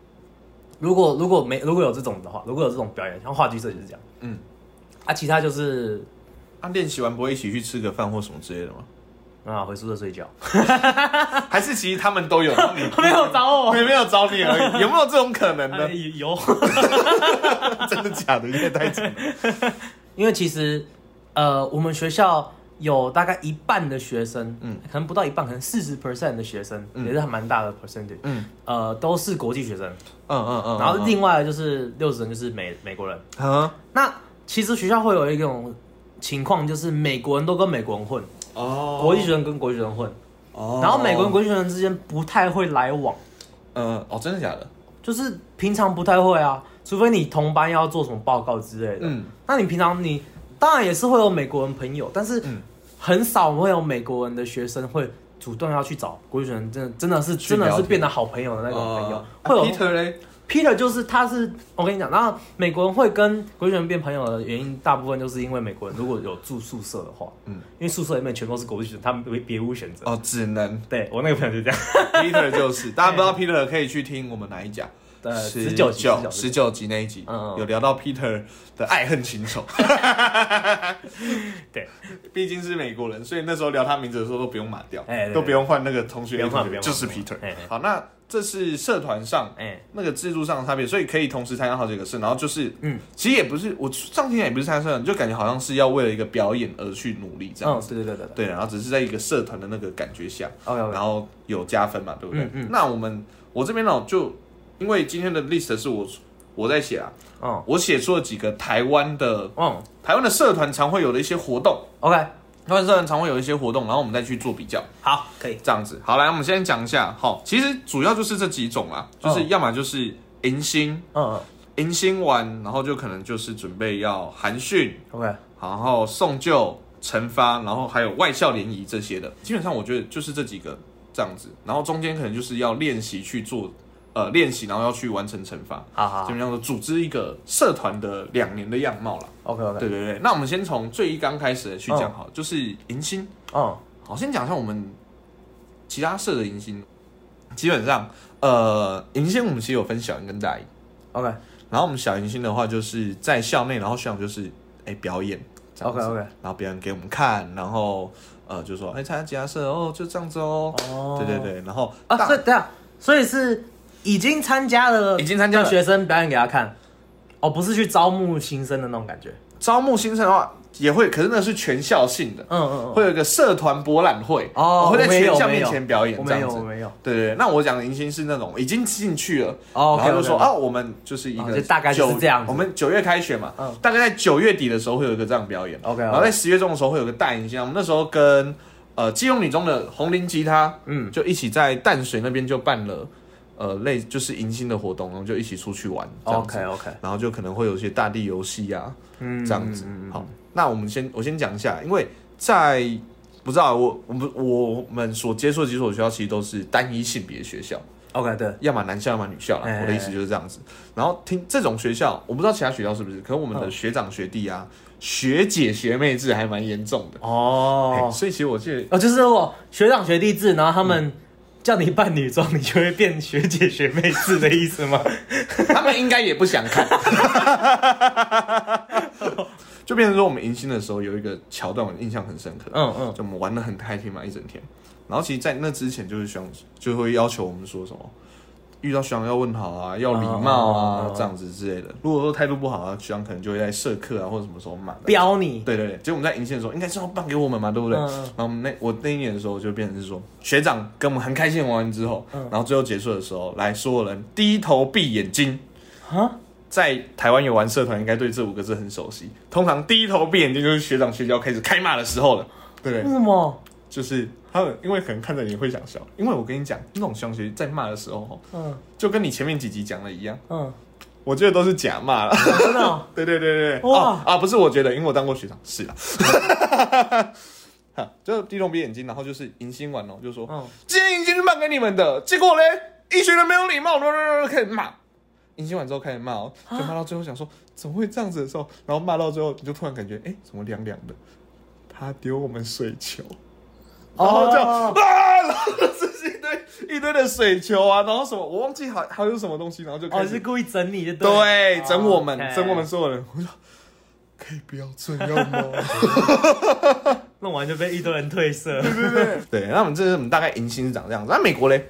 [SPEAKER 2] 如果如果没如果有这种的话，如果有这种表演，像话剧社就是这样
[SPEAKER 1] 嗯嗯，
[SPEAKER 2] 啊，其他就是
[SPEAKER 1] 啊，练习完不会一起去吃个饭或什么之类的吗？ [laughs]
[SPEAKER 2] 啊回宿舍睡觉，
[SPEAKER 1] 还是其实他们都有，你
[SPEAKER 2] 没有找我
[SPEAKER 1] 你， [laughs] 没有找你而
[SPEAKER 2] [laughs]
[SPEAKER 1] 已，有没有这种可能
[SPEAKER 2] 哎
[SPEAKER 1] 呢？
[SPEAKER 2] 有，
[SPEAKER 1] [laughs] 真的假的？有点太扯了。
[SPEAKER 2] 因为其实呃，我们学校有大概一半的学生，嗯，可能不到一半，可能四十 percent 的学生、也是还蛮大的 percentage，
[SPEAKER 1] 嗯
[SPEAKER 2] 呃，都是国际学生，
[SPEAKER 1] 嗯嗯嗯。
[SPEAKER 2] 然后另外就是六十人就是美美国人，
[SPEAKER 1] 啊
[SPEAKER 2] 那其实学校会有一种情况，就是美国人都跟美国人混，
[SPEAKER 1] 哦
[SPEAKER 2] 国际学生跟国际学生混。
[SPEAKER 1] 哦
[SPEAKER 2] 然后美国人国际学生之间不太会来往，
[SPEAKER 1] 嗯哦，真的假的？
[SPEAKER 2] 就是平常不太会啊，除非你同班要做什么报告之类的。
[SPEAKER 1] 嗯
[SPEAKER 2] 那你平常你当然也是会有美国人朋友，但是
[SPEAKER 1] 嗯
[SPEAKER 2] 很少会有美国人的学生会主动要去找国际学生，真的真的是
[SPEAKER 1] 去
[SPEAKER 2] 真
[SPEAKER 1] 了解
[SPEAKER 2] 的是变得好朋友的那种朋友。
[SPEAKER 1] 哦啊
[SPEAKER 2] 会有
[SPEAKER 1] Peter 嘞？
[SPEAKER 2] Peter 就是他是我跟你讲，然后美国人会跟国际学生变朋友的原因，大部分就是因为美国人如果有住宿舍的话，
[SPEAKER 1] 嗯
[SPEAKER 2] 嗯，因为宿舍里面全都是国际学生，他们别别无选择。
[SPEAKER 1] 哦，只能
[SPEAKER 2] [laughs] 对我那个朋友就这样。哎
[SPEAKER 1] Peter 就是，大家不知道 Peter 可以去听我们哪一讲
[SPEAKER 2] 呃
[SPEAKER 1] 十
[SPEAKER 2] 十
[SPEAKER 1] 九
[SPEAKER 2] 九
[SPEAKER 1] 十
[SPEAKER 2] 十
[SPEAKER 1] 九集那一集，
[SPEAKER 2] 嗯
[SPEAKER 1] 有聊到 Peter 的爱恨情仇。
[SPEAKER 2] [laughs] 对，
[SPEAKER 1] 毕竟是美国人，所以那时候聊他名字的时候都不用码掉
[SPEAKER 2] 哎，对
[SPEAKER 1] 都不用换那个同学
[SPEAKER 2] 不用换
[SPEAKER 1] 名字
[SPEAKER 2] 不用换
[SPEAKER 1] 就是
[SPEAKER 2] 不用
[SPEAKER 1] Peter
[SPEAKER 2] 哎哎。
[SPEAKER 1] 好，那这是社团上
[SPEAKER 2] 哎
[SPEAKER 1] 那个制度上的差别，所以可以同时参加好几个事。然后就是，嗯
[SPEAKER 2] 嗯，
[SPEAKER 1] 其实也不是我上天也不是参加社团，就感觉好像是要为了一个表演而去努力这样
[SPEAKER 2] 嗯
[SPEAKER 1] 子。，
[SPEAKER 2] 对对对对对
[SPEAKER 1] 对，然后只是在一个社团的那个感觉下，
[SPEAKER 2] ，OK OK，
[SPEAKER 1] 然后有加分嘛，对不对？
[SPEAKER 2] 嗯嗯
[SPEAKER 1] 那我们我这边呢，就因为今天的 list 是我我在写啊，
[SPEAKER 2] 嗯
[SPEAKER 1] 我写出了几个台湾的
[SPEAKER 2] 嗯
[SPEAKER 1] 台湾的社团常会有的一些活动，
[SPEAKER 2] ，OK，
[SPEAKER 1] 台湾社团常会有一些活动，然后我们再去做比较，
[SPEAKER 2] 好，可以，
[SPEAKER 1] 这样子。好，来，我们先讲一下，好，其实主要就是这几种啦，就是
[SPEAKER 2] 哦
[SPEAKER 1] 要么就是迎新，
[SPEAKER 2] 嗯
[SPEAKER 1] 迎新完，然后就可能就是准备要寒训，
[SPEAKER 2] ，OK，
[SPEAKER 1] 然后送旧、惩罚，然后还有外校联谊这些的，基本上我觉得就是这几个这样子，然后中间可能就是要练习去做，呃，练习然后要去完成惩罚，
[SPEAKER 2] 好好
[SPEAKER 1] 基本上说组织一个社团的两年的样貌啦。
[SPEAKER 2] ，OK OK，
[SPEAKER 1] 对对对，那我们先从最一刚开始的去讲好，就是迎新。
[SPEAKER 2] 嗯
[SPEAKER 1] 好，先讲一下我们其他社的迎新，基本上，呃，迎新我们其实有分小迎跟大迎，
[SPEAKER 2] ，OK
[SPEAKER 1] 然后我们小迎新的话就是在校内，然后校长就是哎、表演这样
[SPEAKER 2] OK
[SPEAKER 1] 子。
[SPEAKER 2] OK，
[SPEAKER 1] 然后别人给我们看，然后呃就说哎参加吉他社哦就这样子哦，
[SPEAKER 2] 哦
[SPEAKER 1] 对对对，然后
[SPEAKER 2] 啊，所
[SPEAKER 1] 大
[SPEAKER 2] 以等一下，所以是已经参加了，
[SPEAKER 1] 已经参加了
[SPEAKER 2] 让学生表演给他看，哦，不是去招募新生的那种感觉，
[SPEAKER 1] 招募新生的话也会，可是那是全校性的，
[SPEAKER 2] 嗯嗯
[SPEAKER 1] 会有一个社团博览会
[SPEAKER 2] 哦
[SPEAKER 1] 我会在
[SPEAKER 2] 我没有
[SPEAKER 1] 全校
[SPEAKER 2] 我没
[SPEAKER 1] 面
[SPEAKER 2] 有
[SPEAKER 1] 前表
[SPEAKER 2] 嗯，
[SPEAKER 1] 演
[SPEAKER 2] 我
[SPEAKER 1] 这
[SPEAKER 2] 没
[SPEAKER 1] 样
[SPEAKER 2] 有我
[SPEAKER 1] 子。
[SPEAKER 2] 没有，
[SPEAKER 1] 对对，对那我讲的迎新是那种已经进去了，
[SPEAKER 2] 哦
[SPEAKER 1] 然后就说
[SPEAKER 2] OK，OK，OK
[SPEAKER 1] 啊，我们就是一个
[SPEAKER 2] 哦就大概就是
[SPEAKER 1] 九
[SPEAKER 2] 这样子
[SPEAKER 1] 我们九月开学嘛
[SPEAKER 2] 嗯，
[SPEAKER 1] 大概在九月底的时候会有一个这样表演
[SPEAKER 2] OK，OK
[SPEAKER 1] 然后在十月中的时候会有个大迎新。我们那时候跟呃基隆女中的红林吉他，
[SPEAKER 2] 嗯
[SPEAKER 1] 就一起在淡水那边就办了，呃，类就是迎新的活动，然后就一起出去玩这样子
[SPEAKER 2] ，OK OK，
[SPEAKER 1] 然后就可能会有一些大地游戏啊
[SPEAKER 2] 嗯，
[SPEAKER 1] 这样子。
[SPEAKER 2] 嗯，
[SPEAKER 1] 好，那我们先我先讲一下，因为在不知道我我们我们所接触的几所学校其实都是单一性别学校，
[SPEAKER 2] ，OK 对，
[SPEAKER 1] 要么男校要么女校啦。
[SPEAKER 2] 哎
[SPEAKER 1] 我的意思就是这样子。然后听这种学校，我不知道其他学校是不是，可能我们的
[SPEAKER 2] 嗯
[SPEAKER 1] 学长学弟啊、学姐学妹制还蛮严重的。哎
[SPEAKER 2] 哦
[SPEAKER 1] 所以其实我记得 [laughs]
[SPEAKER 2] 哦，就是我学长学弟制，然后他们叫你扮女装，你就会变学姐学妹制的意思
[SPEAKER 1] [laughs]
[SPEAKER 2] 吗？
[SPEAKER 1] 他们应该也不想看。 [laughs] 就变成说，我们迎新的时候有一个桥段，我印象很深刻。
[SPEAKER 2] 嗯嗯，
[SPEAKER 1] 就我们玩的很开心嘛，一整天。然后其实，在那之前就是想，就会要求我们说什么，遇到学长要问好啊，要礼貌
[SPEAKER 2] 嗯嗯
[SPEAKER 1] 啊
[SPEAKER 2] 嗯，嗯
[SPEAKER 1] 这样子之类的。如果说态度不好啊，学长可能就会在社课啊或者什么时候骂。
[SPEAKER 2] 标你，
[SPEAKER 1] 对对对，结果我们在迎新的时候，应该是要颁给我们嘛，对不对？
[SPEAKER 2] 嗯嗯
[SPEAKER 1] 然后我们那我那一年的时候，就变成是说，学长跟我们很开心地玩完之后，然后最后结束的时候，来所有人低头闭眼睛，
[SPEAKER 2] 啊，
[SPEAKER 1] 在台湾有玩社团，应该对这五个字很熟悉。通常第一头闭眼睛就是学长学姐要开始开骂的时候了，对不
[SPEAKER 2] 为
[SPEAKER 1] 对？
[SPEAKER 2] 什么？
[SPEAKER 1] 就是他们，因为可能看着你会想笑，因为我跟你讲，那种学姐在骂的时候，吼
[SPEAKER 2] 嗯
[SPEAKER 1] 就跟你前面几集讲的一样，
[SPEAKER 2] 嗯，
[SPEAKER 1] 我觉得都是假骂了。
[SPEAKER 2] 真的哦，
[SPEAKER 1] 对对对对，
[SPEAKER 2] 哇
[SPEAKER 1] 哦啊，不是，我觉得，因为我当过学长，是啦。 [laughs] 哈，就低头闭眼睛，然后就是迎新完哦，就说，
[SPEAKER 2] 嗯，
[SPEAKER 1] 今天迎新是办给你们的，结果嘞，一群人没有礼貌，开始骂。迎新完之后开始骂哦，就骂到最后想说怎么会这样子的时候，然后骂到最后你就突然感觉哎、怎么凉凉的，他丢我们水球，然后就、
[SPEAKER 2] 哦
[SPEAKER 1] 啊，然后就是一堆一堆的水球啊，然后什么我忘记还还有什么东西，然后就开
[SPEAKER 2] 哦，
[SPEAKER 1] 始、
[SPEAKER 2] 是故意整你就对了，哦
[SPEAKER 1] 对整我们、
[SPEAKER 2] OK
[SPEAKER 1] 整我们，所有人，我就可以不要这样吗？
[SPEAKER 2] 弄完就被一堆人褪色。
[SPEAKER 1] 对对 [laughs] 对，对，那我们这是我们大概迎新是长这样子，那美国嘞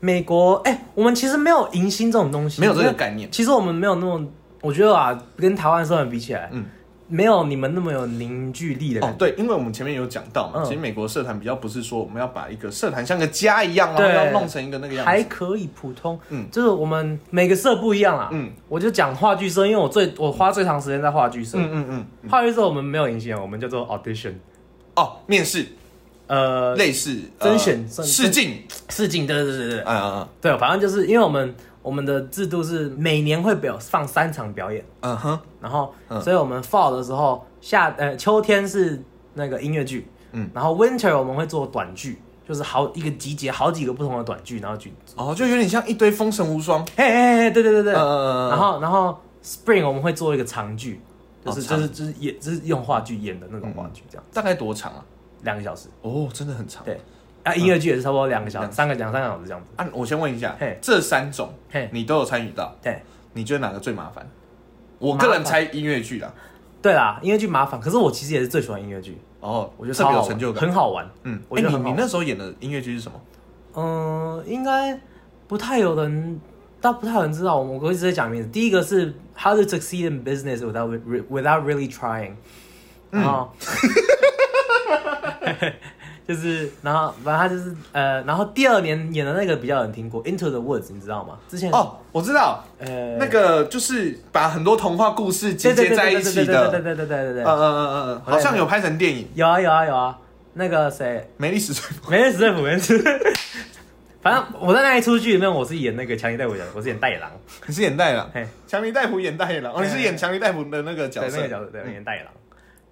[SPEAKER 2] 美国，哎、我们其实没有迎新这种东西，
[SPEAKER 1] 没有这个概念，
[SPEAKER 2] 其实我们没有那么，我觉得啊，跟台湾社团比起来，
[SPEAKER 1] 嗯
[SPEAKER 2] 嗯，没有你们那么有凝聚力的
[SPEAKER 1] 哦
[SPEAKER 2] 感，觉。
[SPEAKER 1] 对，因为我们前面有讲到嘛，
[SPEAKER 2] 嗯
[SPEAKER 1] 其实美国社团比较不是说我们要把一个社团像个家一样，然后
[SPEAKER 2] 对
[SPEAKER 1] 要弄成一个那个样
[SPEAKER 2] 还
[SPEAKER 1] 子。
[SPEAKER 2] 可以普通，
[SPEAKER 1] 嗯
[SPEAKER 2] 嗯，就是我们每个社不一样啊，
[SPEAKER 1] 嗯
[SPEAKER 2] 嗯，我就讲话剧社，因为我最我花最长时间在话剧社，
[SPEAKER 1] 嗯嗯嗯，
[SPEAKER 2] 话剧社我们没有迎新啊，我们叫做 audition，
[SPEAKER 1] 哦，面试
[SPEAKER 2] 呃，
[SPEAKER 1] 类似
[SPEAKER 2] 甄
[SPEAKER 1] 呃
[SPEAKER 2] 选算
[SPEAKER 1] 试镜，
[SPEAKER 2] 试镜，对对对对对，
[SPEAKER 1] 啊啊
[SPEAKER 2] 对，反正就是因为我们我们的制度是每年会表放三场表演，
[SPEAKER 1] 嗯哼，
[SPEAKER 2] 然后，
[SPEAKER 1] 嗯
[SPEAKER 2] 所以我们 fall 的时候，夏呃秋天是那个音乐剧，
[SPEAKER 1] 嗯
[SPEAKER 2] 嗯，然后 winter 我们会做短剧，就是好一个集结好几个不同的短剧，然后去，
[SPEAKER 1] 哦，就有点像一堆风神无双，
[SPEAKER 2] 嘿嘿嘿，对对对对，
[SPEAKER 1] 呃
[SPEAKER 2] 然后然后 spring 我们会做一个长剧，就是、
[SPEAKER 1] 哦
[SPEAKER 2] 就
[SPEAKER 1] 长
[SPEAKER 2] 是就是演就是用话剧演的那种话剧，这样、
[SPEAKER 1] 大概多长啊？
[SPEAKER 2] 两个小时，
[SPEAKER 1] 哦，真的很长。
[SPEAKER 2] 对，啊，音乐剧也是差不多两个小时、三个两三个小时这样子。
[SPEAKER 1] 啊，我先问一下
[SPEAKER 2] 嘿，
[SPEAKER 1] 这三种
[SPEAKER 2] 嘿
[SPEAKER 1] 你都有参与到，
[SPEAKER 2] 对，
[SPEAKER 1] 你觉得哪个最麻烦？我个人
[SPEAKER 2] 麻
[SPEAKER 1] 猜音乐剧啦。
[SPEAKER 2] 对啦，音乐剧麻烦，可是我其实也是最喜欢音乐剧，
[SPEAKER 1] 哦，
[SPEAKER 2] 我觉得
[SPEAKER 1] 特
[SPEAKER 2] 超
[SPEAKER 1] 别
[SPEAKER 2] 好
[SPEAKER 1] 有
[SPEAKER 2] 玩
[SPEAKER 1] 成就感。
[SPEAKER 2] 很好玩。
[SPEAKER 1] 嗯，
[SPEAKER 2] 我
[SPEAKER 1] 哎，
[SPEAKER 2] 觉
[SPEAKER 1] 你
[SPEAKER 2] 得很好
[SPEAKER 1] 你
[SPEAKER 2] 玩
[SPEAKER 1] 那时候演的音乐剧是什么？
[SPEAKER 2] 嗯，应该不太有人，但不太有人知道。我我会直接讲名字。第一个是 How to succeed in business without re- without really trying，然后、就是，然后反正他就是呃，然后第二年演的那个比较有人听过 Into the Woods，你知道吗？之前，
[SPEAKER 1] 哦，我知道，
[SPEAKER 2] 呃，
[SPEAKER 1] 那个就是把很多童话故事集
[SPEAKER 2] 对对
[SPEAKER 1] 结
[SPEAKER 2] 对
[SPEAKER 1] 在
[SPEAKER 2] 对
[SPEAKER 1] 一
[SPEAKER 2] 对
[SPEAKER 1] 起
[SPEAKER 2] 对对
[SPEAKER 1] 的。
[SPEAKER 2] 对对对对
[SPEAKER 1] 嗯
[SPEAKER 2] 对对，
[SPEAKER 1] 嗯嗯嗯嗯，好像有拍成电影《
[SPEAKER 2] 有啊有啊有啊，那个谁，
[SPEAKER 1] 美丽史翠普》。
[SPEAKER 2] 没人死没人死。反正我在那一出剧里面，我是演那个强尼戴维的，我是演戴野狼，
[SPEAKER 1] 你是演戴了
[SPEAKER 2] 嘿，
[SPEAKER 1] 强尼戴普演戴了，哦，你是
[SPEAKER 2] 嘿
[SPEAKER 1] 演强尼戴普的那个角
[SPEAKER 2] 对
[SPEAKER 1] 色，嗯
[SPEAKER 2] 那个角色，对，我演戴野狼。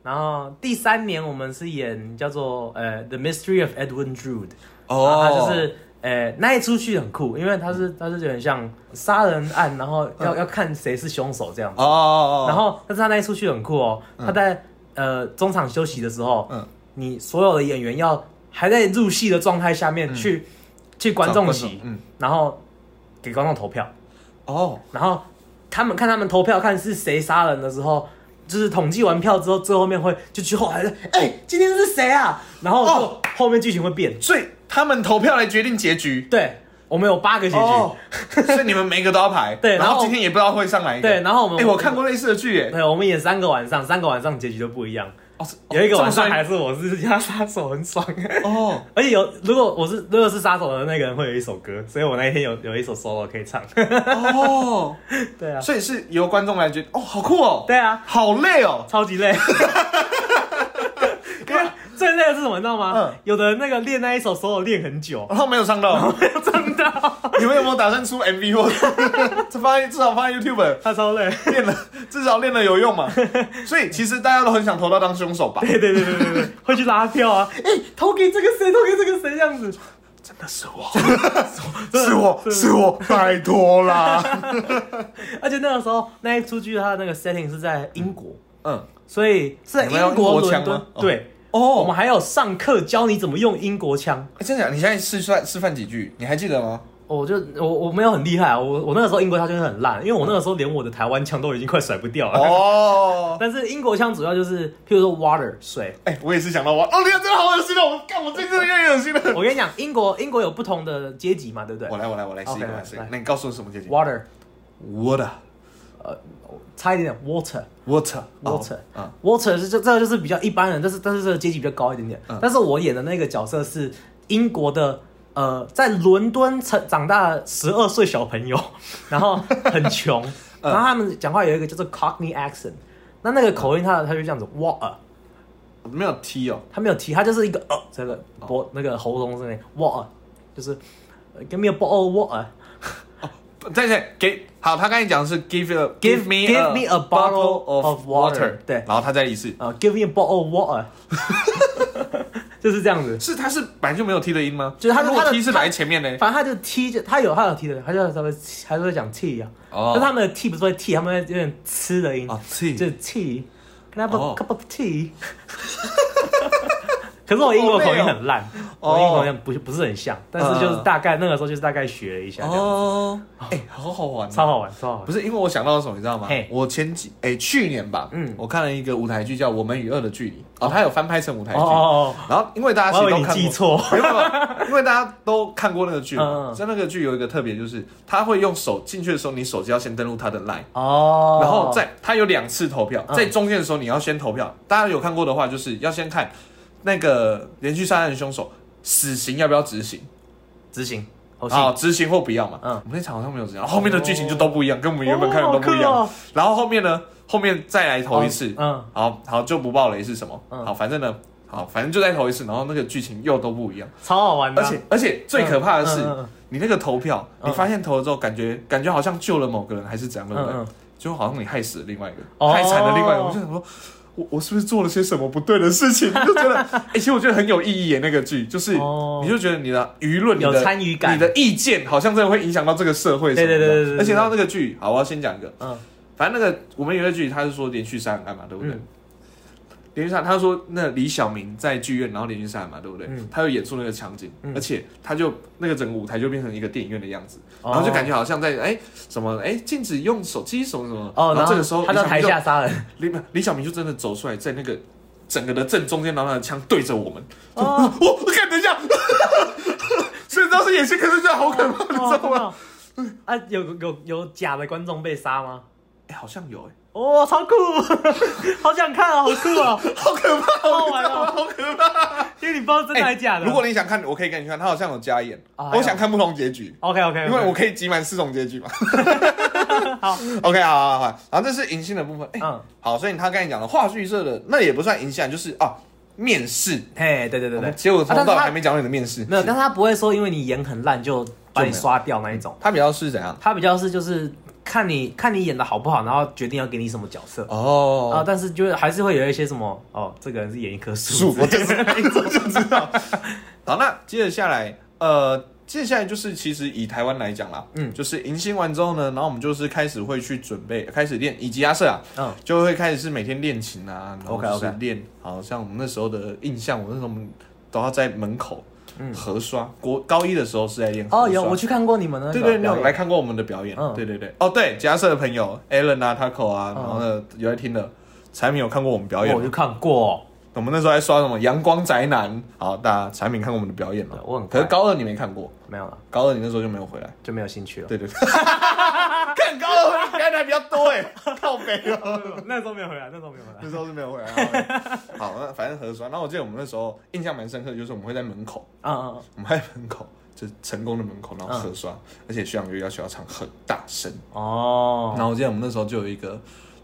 [SPEAKER 2] 然后第三年我们是演叫做呃《The Mystery of Edwin Drood》，然后
[SPEAKER 1] 哦，
[SPEAKER 2] 他就是呃那一出剧很酷，因为他是他是有点像杀人案，然后要、要看谁是凶手这样子。
[SPEAKER 1] 哦嗯哦，
[SPEAKER 2] 然后但是他那一出剧很酷哦，他在、呃中场休息的时候，
[SPEAKER 1] 嗯
[SPEAKER 2] 你所有的演员要还在入戏的状态下面去、去观众席，
[SPEAKER 1] 嗯，
[SPEAKER 2] 然后给观众投票，
[SPEAKER 1] 哦，
[SPEAKER 2] 然后他们看他们投票看是谁杀人的时候，就是统计完票之后，最后面会就去后台说，哎、今天是谁啊？然后就
[SPEAKER 1] 哦
[SPEAKER 2] 后面剧情会变。
[SPEAKER 1] 所以他们投票来决定结局，
[SPEAKER 2] 对，我们有八个结局。
[SPEAKER 1] 哦， [laughs] 所以你们每个都要排，
[SPEAKER 2] [laughs] 对然
[SPEAKER 1] 然
[SPEAKER 2] 后
[SPEAKER 1] 后今天也不知道会上来一个，
[SPEAKER 2] 对，然后我们
[SPEAKER 1] 哎，我看，过类似的剧，哎，
[SPEAKER 2] 对，我们演三个晚上，三个晚上结局都不一样。
[SPEAKER 1] 哦是
[SPEAKER 2] 有一个
[SPEAKER 1] 哦这么
[SPEAKER 2] 晚上
[SPEAKER 1] 帅
[SPEAKER 2] 还是我是家杀手，很爽。
[SPEAKER 1] 哦，
[SPEAKER 2] 而且有，如果我是如果是杀手的那个人会有一首歌，所以我那一天有有一首 solo 可以唱。
[SPEAKER 1] 哦，
[SPEAKER 2] [laughs] 对啊，
[SPEAKER 1] 所以是由观众来决定，哦，好酷哦，
[SPEAKER 2] 对啊，
[SPEAKER 1] 好累哦，
[SPEAKER 2] 超
[SPEAKER 1] [laughs]
[SPEAKER 2] 级累。因为最累的是什么，你知道吗？
[SPEAKER 1] 嗯
[SPEAKER 2] 有的人那个练那一首 solo 练很久，
[SPEAKER 1] [laughs] 然后没有上到，
[SPEAKER 2] 真的哦，
[SPEAKER 1] 你们有没有打算出 MV 或 [laughs] 这发至少发 YouTube
[SPEAKER 2] 他超累。
[SPEAKER 1] 练了，至少练了有用
[SPEAKER 2] [laughs]
[SPEAKER 1] 嘛？所以其实大家都很想投到当凶手吧？
[SPEAKER 2] 对对对
[SPEAKER 1] [laughs]
[SPEAKER 2] 对对对，会去拉票啊！哎、投给这个谁，投给这个谁，这样子。
[SPEAKER 1] 真的是我，是我，是我，拜托
[SPEAKER 2] [laughs]
[SPEAKER 1] 啦！
[SPEAKER 2] 而且那个时候那一出剧，它的那个 setting 是在英国，
[SPEAKER 1] 嗯，
[SPEAKER 2] 所以是在
[SPEAKER 1] 你们要
[SPEAKER 2] 英国
[SPEAKER 1] 哎英国
[SPEAKER 2] 伦
[SPEAKER 1] 腔
[SPEAKER 2] 敦
[SPEAKER 1] 吗。哦
[SPEAKER 2] 对，我
[SPEAKER 1] 哦，
[SPEAKER 2] 们还有上课教你怎么用英国腔。
[SPEAKER 1] 哎真的假的？你现在示范示范几句，你还记得
[SPEAKER 2] [laughs]
[SPEAKER 1] 吗？
[SPEAKER 2] 我就我我没有很厉害啊，我我那个时候英国腔就是很烂，因为我那个时候连我的台湾腔都已经快甩不掉了。
[SPEAKER 1] 哦，
[SPEAKER 2] 但是英国腔主要就是，譬如说 water 水，
[SPEAKER 1] 哎，我也是想到我，哦，你看真的好恶心哦！我干，我最近真的越来越恶心 [laughs] 了。
[SPEAKER 2] 我跟你讲，英国英国有不同的阶级嘛，对不对
[SPEAKER 1] 我来，我来，我来试一个，
[SPEAKER 2] OK，
[SPEAKER 1] 我来试一个
[SPEAKER 2] 来。
[SPEAKER 1] 那你告诉我什么结局
[SPEAKER 2] ？Water，
[SPEAKER 1] ？Water，water，water，
[SPEAKER 2] 差一点点 water。Water
[SPEAKER 1] 嗯，
[SPEAKER 2] Water 是这这个就是比较一般人，但是但是这个阶级比较高一点点。
[SPEAKER 1] 嗯
[SPEAKER 2] 但是我演的那个角色是英国的，呃，在伦敦成长大的十二岁小朋友， [laughs] 然后很
[SPEAKER 1] [laughs]
[SPEAKER 2] 穷，
[SPEAKER 1] 嗯
[SPEAKER 2] 然后他们讲话有一个叫做 Cockney accent，那那个口音他他就这样子
[SPEAKER 1] 嗯
[SPEAKER 2] water，
[SPEAKER 1] 没有 T 哦。
[SPEAKER 2] 他没有提，他就是一个呃，这个脖、那个喉咙这里 water，就是呃 give me a bottle of water。
[SPEAKER 1] 对对，给好，他刚才讲的是 give a
[SPEAKER 2] Give-
[SPEAKER 1] me
[SPEAKER 2] give me a bottle of
[SPEAKER 1] of
[SPEAKER 2] water 对
[SPEAKER 1] 然后他再一次，
[SPEAKER 2] 呃、g i v e me a bottle of water，就是这样子。
[SPEAKER 1] 是他是本来就没有 t 的音吗？
[SPEAKER 2] 就是他
[SPEAKER 1] 如果
[SPEAKER 2] 他的
[SPEAKER 1] t 是
[SPEAKER 2] 他
[SPEAKER 1] 来前面呢？
[SPEAKER 2] 反正他就 T 就他有他有 T 的，他就他们还是会讲 T 啊，
[SPEAKER 1] 哦
[SPEAKER 2] 但他们的 T 不是会 T，他们会有点呲的音，
[SPEAKER 1] 哦，t
[SPEAKER 2] 就是 T。Can I have a
[SPEAKER 1] 哦
[SPEAKER 2] cup of tea？可是我英国口音很烂，
[SPEAKER 1] 哦
[SPEAKER 2] 我英国口音不是不是很像，但是就是
[SPEAKER 1] 嗯
[SPEAKER 2] 大概那个时候就是大概学了一下，这样
[SPEAKER 1] 哦，哎，好好玩哦，
[SPEAKER 2] 超好玩，超好玩
[SPEAKER 1] 不。是因为我想到什么，你知道吗
[SPEAKER 2] 嘿？
[SPEAKER 1] 我前几哎去年吧，
[SPEAKER 2] 嗯
[SPEAKER 1] 嗯，我看了一个舞台剧叫《我们与恶的距离》，哦，它有翻拍成舞台
[SPEAKER 2] 哦
[SPEAKER 1] 剧。
[SPEAKER 2] 哦
[SPEAKER 1] 然后因为大
[SPEAKER 2] 哦，
[SPEAKER 1] 家其实
[SPEAKER 2] 我以为
[SPEAKER 1] 都
[SPEAKER 2] 你
[SPEAKER 1] 看
[SPEAKER 2] 记
[SPEAKER 1] 过，
[SPEAKER 2] 错，
[SPEAKER 1] 没有没有，因为大家都看过那个剧
[SPEAKER 2] 嗯
[SPEAKER 1] 嘛
[SPEAKER 2] 嗯，
[SPEAKER 1] 在那个剧有一个特别，就是他会用手进去的时候，你手机要先登录他的 LINE。
[SPEAKER 2] 哦，
[SPEAKER 1] 然后在他有两次投票，
[SPEAKER 2] 嗯
[SPEAKER 1] 在中间的时候你要先投票。大家有看过的话，就是要先看那个连续杀人凶手死刑要不要执行
[SPEAKER 2] 执行，好
[SPEAKER 1] 啊，
[SPEAKER 2] 像
[SPEAKER 1] 执行或不要嘛。
[SPEAKER 2] 嗯
[SPEAKER 1] 我们那场好像没有执行，后面的剧情就都不一样，跟我们原本看的都不一
[SPEAKER 2] 哦好
[SPEAKER 1] 样
[SPEAKER 2] 酷哦。
[SPEAKER 1] 然后后面呢，后面再来投一次，
[SPEAKER 2] 嗯，
[SPEAKER 1] 好好就不爆雷是什么？
[SPEAKER 2] 嗯
[SPEAKER 1] 好，反正呢，好反正就再投一次，然后那个剧情又都不一样。
[SPEAKER 2] 超好玩的
[SPEAKER 1] 而
[SPEAKER 2] 啊，
[SPEAKER 1] 且而且最可怕的是
[SPEAKER 2] 嗯嗯嗯，
[SPEAKER 1] 你那个投票，
[SPEAKER 2] 嗯
[SPEAKER 1] 你发现投了之后，感觉感觉好像救了某个人，还是怎样，对不对
[SPEAKER 2] 嗯嗯？
[SPEAKER 1] 就好像你害死了另外一个，
[SPEAKER 2] 哦
[SPEAKER 1] 害惨了另外一个，我就想说。我我是不是做了些什么不对的事情？你就觉得， [laughs] 哎、其实我觉得很有意义耶。那个剧就是，
[SPEAKER 2] 哦
[SPEAKER 1] 你就觉得你的舆论、你
[SPEAKER 2] 有
[SPEAKER 1] 的
[SPEAKER 2] 参与感
[SPEAKER 1] 你的意见，好像真的会影响到这个社会什么的。
[SPEAKER 2] 对对对对对对
[SPEAKER 1] 而且到那个剧，好，我要先讲一个，
[SPEAKER 2] 嗯
[SPEAKER 1] 反正那个我们有一个剧，他是说连续杀人案嘛，对不对？
[SPEAKER 2] 嗯
[SPEAKER 1] 连续杀，他说那李小明在剧院，然后连续杀人嘛，对不对？
[SPEAKER 2] 嗯
[SPEAKER 1] 他有演出那个场景，而且他就那个整个舞台就变成一个电影院的样子，
[SPEAKER 2] 哦
[SPEAKER 1] 然后就感觉好像在哎、什么哎禁止用手机什么什么，
[SPEAKER 2] 哦，
[SPEAKER 1] 然后这个时候
[SPEAKER 2] 他到台
[SPEAKER 1] 李小
[SPEAKER 2] 下
[SPEAKER 1] 明
[SPEAKER 2] 杀人，
[SPEAKER 1] 就李李小明就真的走出来，在那个整个的正中间，然后他的枪对着我们， [laughs]
[SPEAKER 2] 哦，
[SPEAKER 1] 我我看等一下，虽然知道是演戏，可是真的好可怕，你知道吗？
[SPEAKER 2] 哦？真的 [laughs] 哦啊，有有有假的观众被杀吗？
[SPEAKER 1] 哎、好像有哎、
[SPEAKER 2] 哦，超酷， [laughs] 好想看啊，好酷啊！
[SPEAKER 1] 好可怕，
[SPEAKER 2] [laughs] 好好哎玩哦
[SPEAKER 1] 好可怕！
[SPEAKER 2] [laughs] 因为你不知道真的还是假的。
[SPEAKER 1] 哎如果你想看，我可以跟你去看，他好像有加演，
[SPEAKER 2] 啊
[SPEAKER 1] 我想看不同结局。
[SPEAKER 2] OK OK，
[SPEAKER 1] 因为我可以集满四种结局嘛。
[SPEAKER 2] 好
[SPEAKER 1] [laughs] ，OK，好好好，好然后这是迎新的部分。哎、
[SPEAKER 2] 嗯，
[SPEAKER 1] 好，所以他刚才讲的话剧社的那也不算迎新啊，就是啊面试。
[SPEAKER 2] 嘿，对对对对，
[SPEAKER 1] 哦结果从
[SPEAKER 2] 啊
[SPEAKER 1] 头
[SPEAKER 2] 但
[SPEAKER 1] 到
[SPEAKER 2] 是
[SPEAKER 1] 尾
[SPEAKER 2] 他
[SPEAKER 1] 还没讲到你的面试，
[SPEAKER 2] 没有，但是他不会说因为你演很烂就把你刷掉那一种，
[SPEAKER 1] 他比较是怎样？
[SPEAKER 2] 他比较是就是看你看你演的好不好，然后决定要给你什么角色。啊
[SPEAKER 1] 哦，，
[SPEAKER 2] 但是就是还是会有一些什么哦，这个人是演一棵树
[SPEAKER 1] 树，我
[SPEAKER 2] 之
[SPEAKER 1] 就
[SPEAKER 2] 类
[SPEAKER 1] 是
[SPEAKER 2] 的那一种
[SPEAKER 1] 就知道。好，那接着下来，呃，接下来就是其实以台湾来讲啦，嗯，就是迎新完之后呢，然后我们就是开始会去准备，开始练以及亚瑟啊， [laughs]
[SPEAKER 2] 嗯，
[SPEAKER 1] 就会开始是每天练琴啊，然后
[SPEAKER 2] OK，
[SPEAKER 1] 就是
[SPEAKER 2] OK
[SPEAKER 1] 练。好像我们那时候的印象，我那时候我们都要在门口合刷。国高一的时候是在练合刷。
[SPEAKER 2] 嗯哦，有我去看过你们的那
[SPEAKER 1] 对
[SPEAKER 2] 个
[SPEAKER 1] 对，你
[SPEAKER 2] 表
[SPEAKER 1] 有
[SPEAKER 2] 演
[SPEAKER 1] 来看过我们的表演？
[SPEAKER 2] 嗯
[SPEAKER 1] 对对对。哦，对，假设的朋友 Alan 啊、Taco 啊，然后呢有在听的，产品有看过我们表演
[SPEAKER 2] 哦我
[SPEAKER 1] 吗。
[SPEAKER 2] 去看过，
[SPEAKER 1] 我们那时候还刷什么阳光宅男，好，大家产品看过我们的表演吗
[SPEAKER 2] 对？我很
[SPEAKER 1] 可是
[SPEAKER 2] 看
[SPEAKER 1] 高二你没看过，
[SPEAKER 2] 没有了，
[SPEAKER 1] 高二你那时候就没有回来。
[SPEAKER 2] 就没有兴趣了。
[SPEAKER 1] 对对 [laughs] 对，看高二表演还比较多哎，靠北哦。
[SPEAKER 2] 那时候没有回来，那时候没有回来。
[SPEAKER 1] [laughs] 那时候是没有回来。好，那反正核酸。然后我记得我们那时候印象蛮深刻的，就是我们会在门口，
[SPEAKER 2] 嗯嗯
[SPEAKER 1] 我们在门口，就是成功的门口，然后核酸，而且学长就要求要唱很大声。
[SPEAKER 2] 嗯，哦，
[SPEAKER 1] 然后我记得我们那时候就有一个。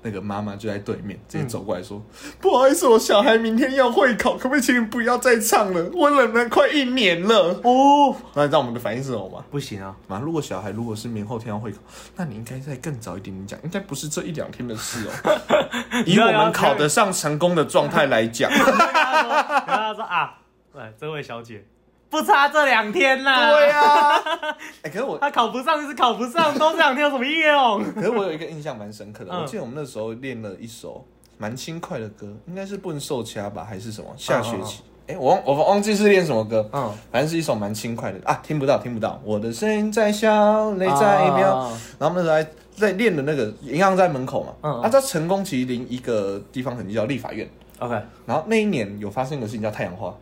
[SPEAKER 1] 那个妈妈就在对面，直接走过来说：“不好意思，我小孩明天要会考，可不可以请你不要再唱了？我忍了快一年了。
[SPEAKER 2] 哦，”
[SPEAKER 1] 那你知道我们的反应是什么吗？
[SPEAKER 2] 不行啊，
[SPEAKER 1] 妈，如果小孩如果是明后天要会考，那你应该再更早一点点讲，应该不是这一两天的事哦。 [laughs] 以我们考得上成功的状态来讲，
[SPEAKER 2] 然后他说啊，哎，这位小姐，不差这两天啦。
[SPEAKER 1] 对
[SPEAKER 2] 啊
[SPEAKER 1] 呀、 [laughs] 哎、可是我，
[SPEAKER 2] 他考不上就是考不上，都这两天有什么哦 [laughs] 用？
[SPEAKER 1] 可是我有一个印象蛮深刻的，
[SPEAKER 2] 嗯
[SPEAKER 1] 我记得我们那时候练了一首蛮轻快的歌，应该是《笨兽掐》啊吧，还是什么？下学期，哎、我忘我忘记是练什么歌，
[SPEAKER 2] 嗯，
[SPEAKER 1] 反正是一首蛮轻快的啊，听不到，听不到，我的声音在笑，泪在飙。
[SPEAKER 2] 啊
[SPEAKER 1] 然后我们那时候还在练的那个银行在门口嘛，
[SPEAKER 2] 嗯嗯
[SPEAKER 1] 啊，在成功其实离一个地方很近，叫立法院。
[SPEAKER 2] OK
[SPEAKER 1] 然后那一年有发生一个事情叫太阳花，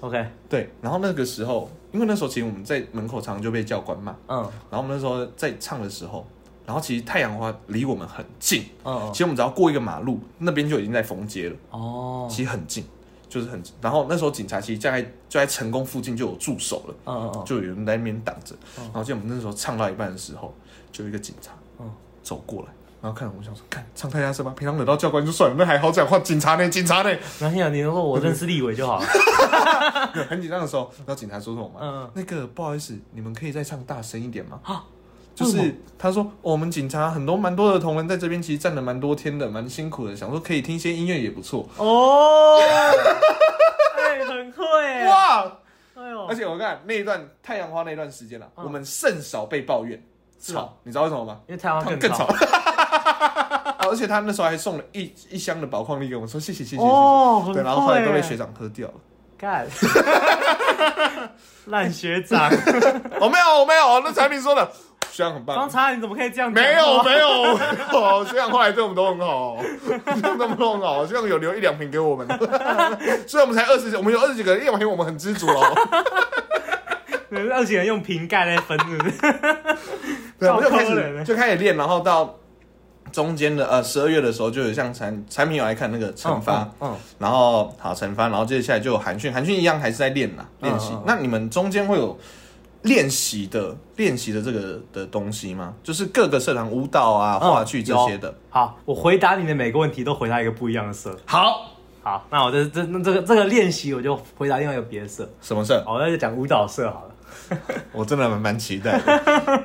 [SPEAKER 2] OK，
[SPEAKER 1] 对，然后那个时候，因为那时候其实我们在门口常常就被教官骂。
[SPEAKER 2] 嗯
[SPEAKER 1] 然后我们那时候在唱的时候，然后其实太阳花离我们很近，
[SPEAKER 2] 嗯
[SPEAKER 1] 其实我们只要过一个马路，那边就已经在封街了，
[SPEAKER 2] 哦，
[SPEAKER 1] 其实很近，就是很近。然后那时候警察其实在就在成功附近就有驻守了，
[SPEAKER 2] 嗯嗯嗯，
[SPEAKER 1] 就有人在那边挡着。然后就我们那时候唱到一半的时候，就有一个警察
[SPEAKER 2] 嗯
[SPEAKER 1] 走过来。然后看我们想说，看唱太大声吧，平常惹到教官就算了，那还好讲话，警察呢？警察呢？
[SPEAKER 2] 然后你说我认识立伟就好了。
[SPEAKER 1] 没有很紧张的时候，然后警察说什么吗？
[SPEAKER 2] 嗯
[SPEAKER 1] 那个不好意思，你们可以再唱大声一点吗？
[SPEAKER 2] 啊
[SPEAKER 1] 就
[SPEAKER 2] 为什
[SPEAKER 1] 是他说、哦我们警察很多蛮多的同仁在这边其实站了蛮多天的，蛮辛苦的，想说可以听一些音乐也不错。
[SPEAKER 2] [laughs] 哦，哎，很会耶，
[SPEAKER 1] 哇！
[SPEAKER 2] 哎呦
[SPEAKER 1] 而，且我看那一段太阳花那段时间了、
[SPEAKER 2] 嗯
[SPEAKER 1] 我们甚少被抱怨
[SPEAKER 2] 是啊
[SPEAKER 1] 吵，你知道为什么吗？
[SPEAKER 2] 因为台湾
[SPEAKER 1] 更
[SPEAKER 2] 更
[SPEAKER 1] 吵 [laughs]
[SPEAKER 2] 吵。
[SPEAKER 1] 啊而且他那时候还送了一一箱的宝矿力给我们，说谢谢谢谢谢谢。
[SPEAKER 2] 哦很
[SPEAKER 1] 对，然后后来
[SPEAKER 2] 会
[SPEAKER 1] 都被
[SPEAKER 2] 耶
[SPEAKER 1] 学长喝掉了。
[SPEAKER 2] 干， [laughs] 烂学
[SPEAKER 1] [laughs]
[SPEAKER 2] 长，
[SPEAKER 1] 我、哦没有，我没有，那产品说的，学长很棒。
[SPEAKER 2] 方查你怎么可以这样讲话？
[SPEAKER 1] 没有没有没有，这样后来对我们都很好，这样对我们都很好，这样有留一两瓶给
[SPEAKER 2] [laughs]
[SPEAKER 1] 我们，所以我们才二十，我们有二十几个人，一两瓶我们很知足哦。
[SPEAKER 2] 有，而且用瓶盖来分，是不是？
[SPEAKER 1] [laughs] 对，啊我们就
[SPEAKER 2] 超
[SPEAKER 1] 开
[SPEAKER 2] 抠人
[SPEAKER 1] 始
[SPEAKER 2] 欸
[SPEAKER 1] 就开始练，然后到中间的呃十二月的时候，就有像产产品有来看那个惩罚，
[SPEAKER 2] 嗯，嗯，
[SPEAKER 1] 然后好惩罚，然后接下来就有韩训，韩训一样还是在练啦，练习
[SPEAKER 2] 嗯嗯嗯。
[SPEAKER 1] 那你们中间会有练习的练习的这个的东西吗？就是各个社团舞蹈啊、
[SPEAKER 2] 嗯
[SPEAKER 1] 话剧这些的
[SPEAKER 2] 嗯。好，我回答你的每个问题都回答一个不一样的色。
[SPEAKER 1] 好，
[SPEAKER 2] 好，那我这这那这个这个练习我就回答另外一个别的色。
[SPEAKER 1] 什么社？
[SPEAKER 2] 好，那就讲舞蹈社好
[SPEAKER 1] 哦
[SPEAKER 2] 了。
[SPEAKER 1] 我真的蛮蛮期待的。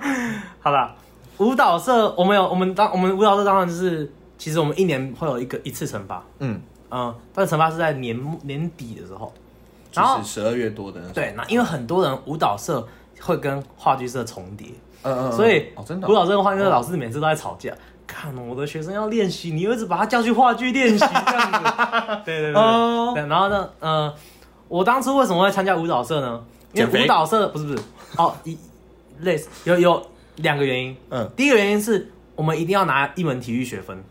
[SPEAKER 2] 好啦，舞蹈社我们有我们当我们舞蹈社当然就是，其实我们一年会有一个一次惩罚，
[SPEAKER 1] 嗯，
[SPEAKER 2] 嗯，但是惩罚是在年末年底的时候。
[SPEAKER 1] 就
[SPEAKER 2] 然后
[SPEAKER 1] 是十二月多的那种。
[SPEAKER 2] 对，那因为很多人舞蹈社会跟话剧社重叠，
[SPEAKER 1] 嗯，嗯嗯，
[SPEAKER 2] 所以
[SPEAKER 1] 哦，真的哦
[SPEAKER 2] 舞蹈社跟话剧社老师每次都在吵架。看我的学生要练习，你又一直把他叫去话剧练
[SPEAKER 1] [laughs]
[SPEAKER 2] 习这样子。对对对
[SPEAKER 1] 哦
[SPEAKER 2] 对，然后呢，呃，我当初为什么会参加舞蹈社呢？因
[SPEAKER 1] 减肥
[SPEAKER 2] 为舞蹈社不是不是，哦，一类似有有两个原因。
[SPEAKER 1] 嗯，
[SPEAKER 2] 第一个原因是我们一定要拿一门体育学分，